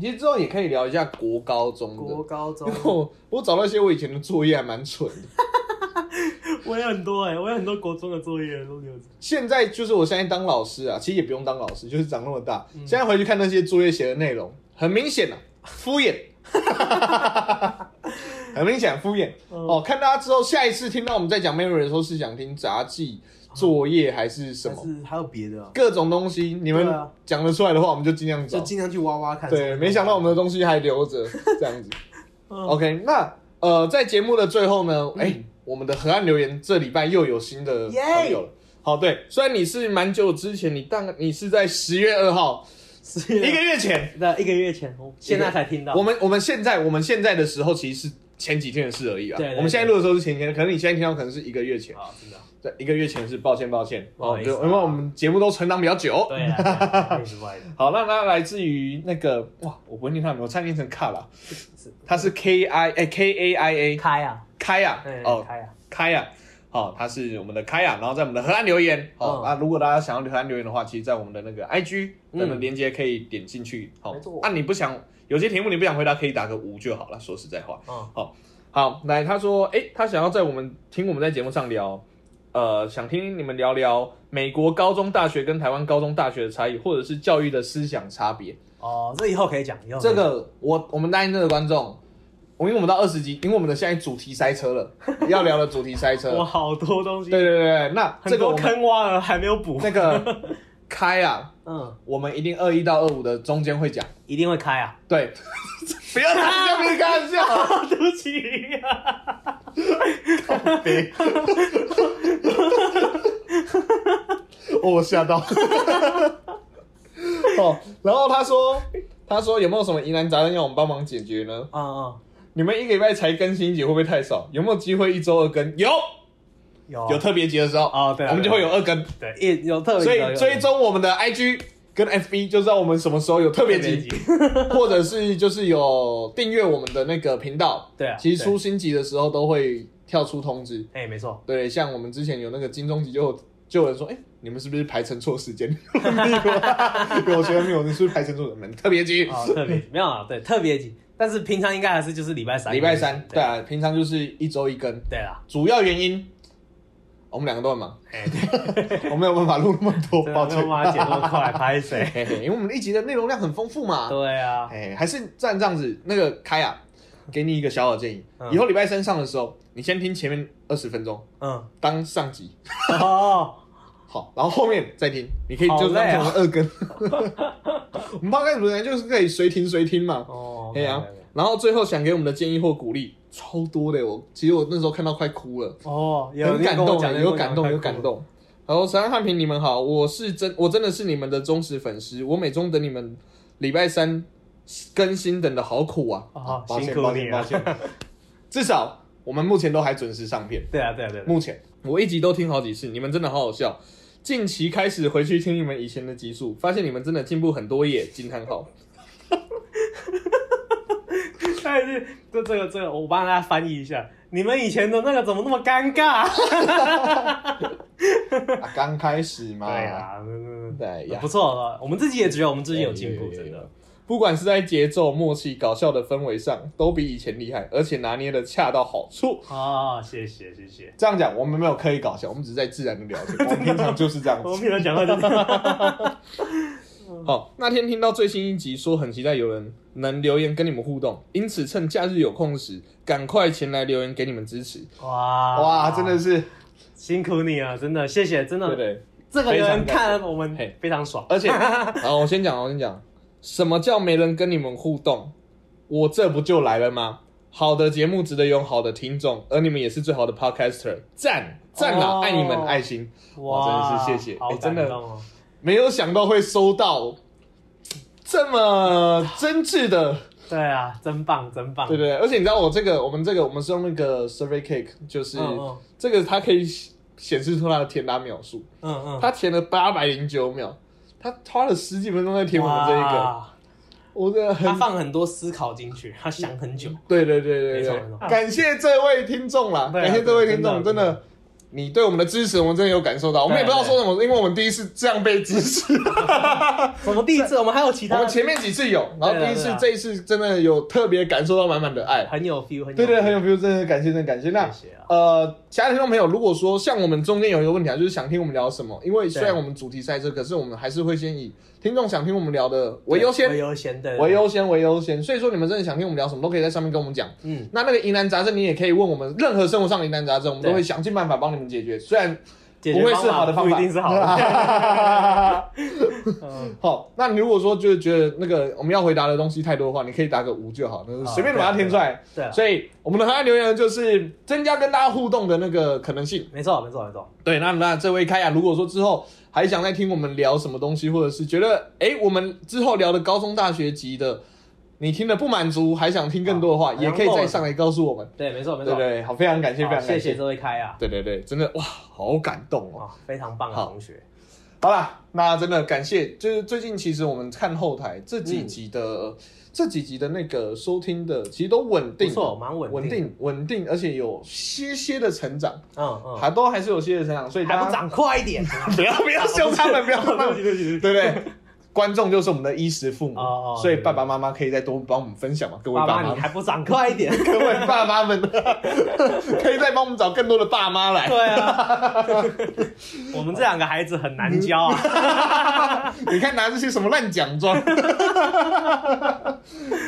Speaker 2: 其实之后也可以聊一下国高中
Speaker 1: 国
Speaker 2: 的。
Speaker 1: 高中
Speaker 2: 因为我我找到一些我以前的作业还蛮蠢的，
Speaker 1: 我有很多哎、我有很多国中的作业都留着。
Speaker 2: 现在就是我现在当老师啊，其实也不用当老师，就是长那么大，
Speaker 1: 嗯
Speaker 2: 现在回去看那些作业写的内容，很明显啊，敷衍，很明显敷衍。
Speaker 1: 嗯
Speaker 2: 哦，看大家之后，下一次听到我们在讲 memory 的时候，是想听杂技、作业还是什
Speaker 1: 还
Speaker 2: 么？
Speaker 1: 是还有别的、啊，
Speaker 2: 各种东西，你
Speaker 1: 对
Speaker 2: 们
Speaker 1: 啊
Speaker 2: 讲得出来的话，我们就尽量
Speaker 1: 就
Speaker 2: 找。
Speaker 1: 尽量去挖挖看。
Speaker 2: 对，没想到我们的东西还留着，这样子。
Speaker 1: 嗯
Speaker 2: OK，那呃，在节目的最后呢，哎、我们的河岸留言这礼拜又有新的
Speaker 1: 耶
Speaker 2: 朋友了。好，对，虽然你是蛮久之前，你大概你是在十月 二号
Speaker 1: 是啊
Speaker 2: 一个月前，
Speaker 1: 那一个月前，我现在才听到。
Speaker 2: 我们我们现在我们现在的时候其实是前几天的事而已啦。啊
Speaker 1: 对对对
Speaker 2: 我们现在录的时候是前天，可能你现在听到可能是一个月前，
Speaker 1: 啊，真的，
Speaker 2: 对，一个月前是抱歉抱歉
Speaker 1: 不好
Speaker 2: 哦，
Speaker 1: 意思
Speaker 2: 就
Speaker 1: 啊
Speaker 2: 因为我们节目都存档比较久。
Speaker 1: 对啊，那 是外的，
Speaker 2: 好，那它来自于那个哇，我不会念它名，我差点念成卡啦，
Speaker 1: 是
Speaker 2: 它是 K I 哎 K A I A
Speaker 1: 开啊，
Speaker 2: 开呀
Speaker 1: 哎，
Speaker 2: 哦
Speaker 1: 开啊，
Speaker 2: 开呀，好、他是我们的开呀，然后在我们的河岸留言，好、
Speaker 1: 嗯
Speaker 2: 那、如果大家想要河岸留言的话，其实，在我们的那个 IG
Speaker 1: 嗯
Speaker 2: 那个连接可以点进去，好、
Speaker 1: 没错
Speaker 2: 那、你不想有些题目你不想回答，可以打个无就好了。说实在话，
Speaker 1: 嗯
Speaker 2: 好，来，他说，哎、他想要在我们听我们在节目上聊，呃，想听你们聊聊美国高中大学跟台湾高中大学的差异，或者是教育的思想差别。
Speaker 1: 哦，这以后可以讲，以后可
Speaker 2: 这
Speaker 1: 以讲
Speaker 2: 个我我们答应这个观众，我因为我们到二十集，因为我们的现在主题塞车了，要聊的主题塞车
Speaker 1: 我。好多东西，
Speaker 2: 对对对对，那这
Speaker 1: 很
Speaker 2: 个
Speaker 1: 多
Speaker 2: 我们
Speaker 1: 坑挖了还没有补。
Speaker 2: 那个开啊，
Speaker 1: 嗯，
Speaker 2: 我们一定二一到二五的中间会讲。
Speaker 1: 一定会开啊。
Speaker 2: 对， 不要拿这边开玩笑。
Speaker 1: 对不起啊，
Speaker 2: 哦，我吓到。 哦，然后他说，他说有没有什么疑难杂症要我们帮忙解决呢？
Speaker 1: 嗯嗯，
Speaker 2: 你们一个礼拜才更新一集，会不会太少？有没有机会一周二更？有，
Speaker 1: 有
Speaker 2: 有特别集的时候
Speaker 1: 哦对啊
Speaker 2: 我们就会有二更。
Speaker 1: 对，啊一有特别，
Speaker 2: 所
Speaker 1: 有
Speaker 2: 以追踪我们的 IG 跟 FB，就知道我们什么时候有特别
Speaker 1: 特别
Speaker 2: 集，
Speaker 1: 集，
Speaker 2: 或者是就是有订阅我们的那个频道。
Speaker 1: 对啊，
Speaker 2: 其实出新集的时候都会跳出通知。
Speaker 1: 对，哎，没错，
Speaker 2: 对，像我们之前有那个金钟集就有，就有人说，哎、你们是不是排成错时间？ 有学生没有，你是不是排成错人们特别集？
Speaker 1: 哦， 特别集没有啊，对，特别集，但是平常应该还是就是礼拜三，
Speaker 2: 礼拜三，对啊，平常就是一周一更，
Speaker 1: 对啦，
Speaker 2: 主要原因我们两个都很忙，
Speaker 1: 哎，对，
Speaker 2: 我没有办法录那么 多，
Speaker 1: 对啊
Speaker 2: 哦抱，
Speaker 1: 那
Speaker 2: 歉
Speaker 1: 我。把它剪那么快，拍 谁？
Speaker 2: 嘿嘿，因为我们一集的内容量很丰富嘛，
Speaker 1: 对啊，
Speaker 2: 哎、还是这样这样子，那个开啊，给你一个小小建议，
Speaker 1: 嗯
Speaker 2: 以后礼拜 三上的时候，你先听前面二十分钟
Speaker 1: 嗯，
Speaker 2: 当上集，
Speaker 1: 哦，
Speaker 2: 好，然后后面再听，你可以就
Speaker 1: 好
Speaker 2: 是
Speaker 1: 累
Speaker 2: 当
Speaker 1: 啊
Speaker 2: 成二 更。我们 podcast 本来就是可以随听随听嘛，
Speaker 1: 哦，
Speaker 2: 对
Speaker 1: 没
Speaker 2: 啊
Speaker 1: 有没有没有。
Speaker 2: 然后最后想给我们的建议或鼓励超多的，我其实我那时候看到快哭了。
Speaker 1: 哦，有
Speaker 2: 很
Speaker 1: 你
Speaker 2: 感
Speaker 1: 跟我
Speaker 2: 动
Speaker 1: 讲，
Speaker 2: 啊，
Speaker 1: 你跟
Speaker 2: 有
Speaker 1: 我讲
Speaker 2: 感动，有感。
Speaker 1: 我快哭了
Speaker 2: 动。好，沈安汉平，你们好，我是真，我真的是你们的忠实粉丝，我每周等你们礼拜三更新，等的好苦啊！
Speaker 1: 哦
Speaker 2: 啊
Speaker 1: 好
Speaker 2: 抱歉
Speaker 1: 辛苦
Speaker 2: 抱
Speaker 1: 你
Speaker 2: 歉
Speaker 1: 了
Speaker 2: 抱歉。至少我们目前都还准时上片，
Speaker 1: 对啊，对啊， 对啊。对啊
Speaker 2: 目前我一集都听好几次，你们真的好好笑。近期开始回去听你们以前的集数，发现你们真的进步很多耶！惊叹号，
Speaker 1: 但是这这个这个，我帮大家翻译一下，你们以前的那个怎么那么尴 尬？
Speaker 2: 啊，刚开始嘛，
Speaker 1: 对啊，嗯嗯
Speaker 2: 对哎呀
Speaker 1: 不错了，我们自己也觉得我们自己有进步，
Speaker 2: 有有有
Speaker 1: 真的
Speaker 2: 有。不管是在节奏、默契、搞笑的氛围上，都比以前厉害，而且拿捏的恰到好处。
Speaker 1: 啊，谢谢谢谢。
Speaker 2: 这样讲，我们没有刻意搞笑，我们只是在自然的聊天， 我们平常就是这样
Speaker 1: 我们
Speaker 2: 子。
Speaker 1: 平常讲话就是，
Speaker 2: 好，那天听到最新一集，说很期待有人能留言跟你们互动，因此趁假日有空时，赶快前来留言给你们支持。
Speaker 1: 哇
Speaker 2: 哇，真的是
Speaker 1: 辛苦你了，真的谢谢，真
Speaker 2: 对
Speaker 1: 的。
Speaker 2: 对，
Speaker 1: 这个留
Speaker 2: 非
Speaker 1: 言
Speaker 2: 常感
Speaker 1: 看
Speaker 2: 谢
Speaker 1: 了我们
Speaker 2: 嘿
Speaker 1: 非常爽，
Speaker 2: 而且，好，我先讲，我先讲，什么叫没人跟你们互动？我这不就来了吗？好的节目值得有好的听众，而你们也是最好的 podcaster，赞赞啦，
Speaker 1: 哦
Speaker 2: 爱你们，爱心。
Speaker 1: 哇，
Speaker 2: 真的是谢谢
Speaker 1: 好
Speaker 2: 哎真
Speaker 1: 感
Speaker 2: 的
Speaker 1: 动哦。
Speaker 2: 没有想到会收到这么真挚的，
Speaker 1: 对啊，真棒，真棒。
Speaker 2: 对不对？而且你知道我这个，我们这个，我们是用那个 Survey Cake，就是、
Speaker 1: 嗯嗯
Speaker 2: 这个它可以显示出它的填答秒数，
Speaker 1: 嗯嗯，
Speaker 2: 它填了八百零九秒，它花了十几分钟在填我们这一个，
Speaker 1: 哇，
Speaker 2: 我真的很
Speaker 1: 他放很多思考进去，他想很久。
Speaker 2: 对对对对
Speaker 1: 没错
Speaker 2: 对
Speaker 1: 没，错
Speaker 2: 感谢这位听众
Speaker 1: 啊
Speaker 2: 啦，
Speaker 1: 对啊啊
Speaker 2: 感谢这位听众，
Speaker 1: 对
Speaker 2: 真
Speaker 1: 真的
Speaker 2: 的，你对我们的支持，我们真的有感受到。我们也不知道说什么，因为我们第一次这样被支持，
Speaker 1: 什么地址？我们还有其
Speaker 2: 我
Speaker 1: 他
Speaker 2: 们前面几次有，然后第一
Speaker 1: 啊对
Speaker 2: 次
Speaker 1: 啊
Speaker 2: 这一次真的有特别感受到满满的爱。
Speaker 1: 很有 feel，很有
Speaker 2: 对对，很
Speaker 1: feel
Speaker 2: 有 feel，真的感谢，真的感谢。那
Speaker 1: 谢谢啊
Speaker 2: 呃，其他听众朋友，如果说像我们中间有一个问题啊，就是想听我们聊什么，因为虽然
Speaker 1: 对
Speaker 2: 我们主题赛车，可是我们还是会先以听众想听我们聊的为优先
Speaker 1: 为，优先的，
Speaker 2: 为优先，为优先。所以说，你们真的想听我们聊什么，都可以在上面跟我们讲。
Speaker 1: 嗯，
Speaker 2: 那那个疑难杂症，你也可以问我们任何生活上的疑难杂症，我们都
Speaker 1: 对
Speaker 2: 会想尽办法帮你们解决。虽然
Speaker 1: 解
Speaker 2: 不
Speaker 1: 决
Speaker 2: 会
Speaker 1: 方
Speaker 2: 是好的方法，啊
Speaker 1: 不一定是好的。 嗯
Speaker 2: 好，那你如果说就是觉得那个我们要回答的东西太多的话，你可以打个五就好，那
Speaker 1: 啊
Speaker 2: 随便把它填出来。
Speaker 1: 对啊，
Speaker 2: 所以我们的河岸留言就是增加跟大家互动的那个可能性。
Speaker 1: 没错没错没错，
Speaker 2: 对，那那这位开雅，如果说之后还想再听我们聊什么东西，或者是觉得哎、诶我们之后聊的高中大学级的，你听的不满足，还想听更多的话，
Speaker 1: 啊
Speaker 2: 也可以再上来告诉我们。
Speaker 1: 对没错没
Speaker 2: 对
Speaker 1: 错。
Speaker 2: 对，好，非常感谢，
Speaker 1: 好
Speaker 2: 非常
Speaker 1: 谢
Speaker 2: 感
Speaker 1: 谢这位开啊，
Speaker 2: 对对对，真的哇，好感动哦。
Speaker 1: 啊，非常棒的
Speaker 2: 好
Speaker 1: 同学，
Speaker 2: 好啦，那真的感谢，就是最近其实我们看后台这几集的、这几集的那个收听的，其实都稳
Speaker 1: 嗯不
Speaker 2: 定，
Speaker 1: 错，蛮稳
Speaker 2: 稳定稳定，而且有些些的成长，
Speaker 1: 嗯嗯，
Speaker 2: 还都还是有些些的成长，所以
Speaker 1: 还
Speaker 2: 大
Speaker 1: 不
Speaker 2: 家
Speaker 1: 长快一点啊？
Speaker 2: 不要 不要凶他们，不要凶他
Speaker 1: 对不
Speaker 2: 们，
Speaker 1: 起对不起对不起
Speaker 2: 对不对？观众就是我们的衣食父母，
Speaker 1: 哦哦
Speaker 2: 所以
Speaker 1: 对
Speaker 2: 爸爸妈妈可以再多帮我们分享嘛，各位
Speaker 1: 爸
Speaker 2: 爸
Speaker 1: 妈，
Speaker 2: 妈
Speaker 1: 你，还不长快一 点？
Speaker 2: 各位爸 妈们， 可以再帮我们找更多的爸妈来。
Speaker 1: 对 啊，我们这两个孩子很难教啊。
Speaker 2: 你看拿这些什么烂奖状。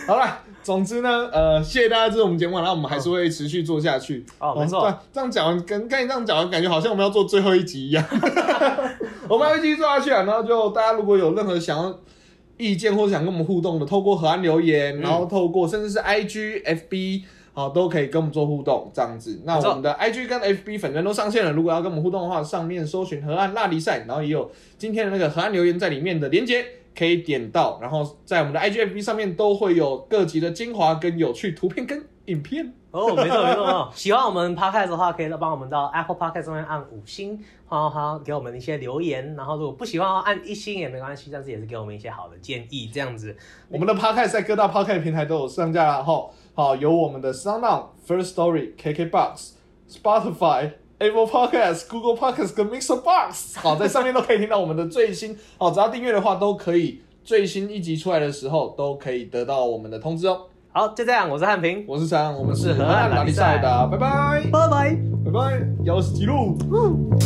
Speaker 2: 好了，总之呢，呃，谢谢大家支持我们节目，然后我们还是会持续做下去。
Speaker 1: 嗯哦没错
Speaker 2: 对啊。这样讲完，跟刚才这样讲完，感觉好像我们要做最后一集一样。 我们还会继续做下去啊，然后就大家如果有任何想要。意见或者想跟我们互动的，透过河岸留言，
Speaker 1: 嗯
Speaker 2: 然后透过甚至是 I G F B 好、都可以跟我们做互动这样子。那
Speaker 1: 没错
Speaker 2: 我们的 I G 跟 F B 粉砖都上线了，如果要跟我们互动的话，上面搜寻河岸拉力赛，然后也有今天的那个河岸留言在里面的连接可以点到，然后在我们的 IGFB 上面都会有各集的精华跟有趣图片跟影片。
Speaker 1: 哦，没错没错没错。 喜欢我们 podcast 的话，可以帮我们到 Apple Podcast 上面按五星，然后还有给我们一些留言。然后如果不喜欢的话，按一星也没关系，但是也是给我们一些好的建议，这样子。
Speaker 2: 我们的 Podcast 在各大 Podcast 平台都有上架然后好有我们的 Sound On、First Story、KKBox、Spotify。Apple Podcast、Google Podcast 跟 Mixer Box，好，在上面都可以听到我们的最新哦。只要订阅的话，都可以最新一集出来的时候都可以得到我们的通知哦。
Speaker 1: 好，就这样，我是汉平，
Speaker 2: 我是常，我们是河岸拉力赛的，拜拜，
Speaker 1: 拜拜。
Speaker 2: 拜拜，要死记录。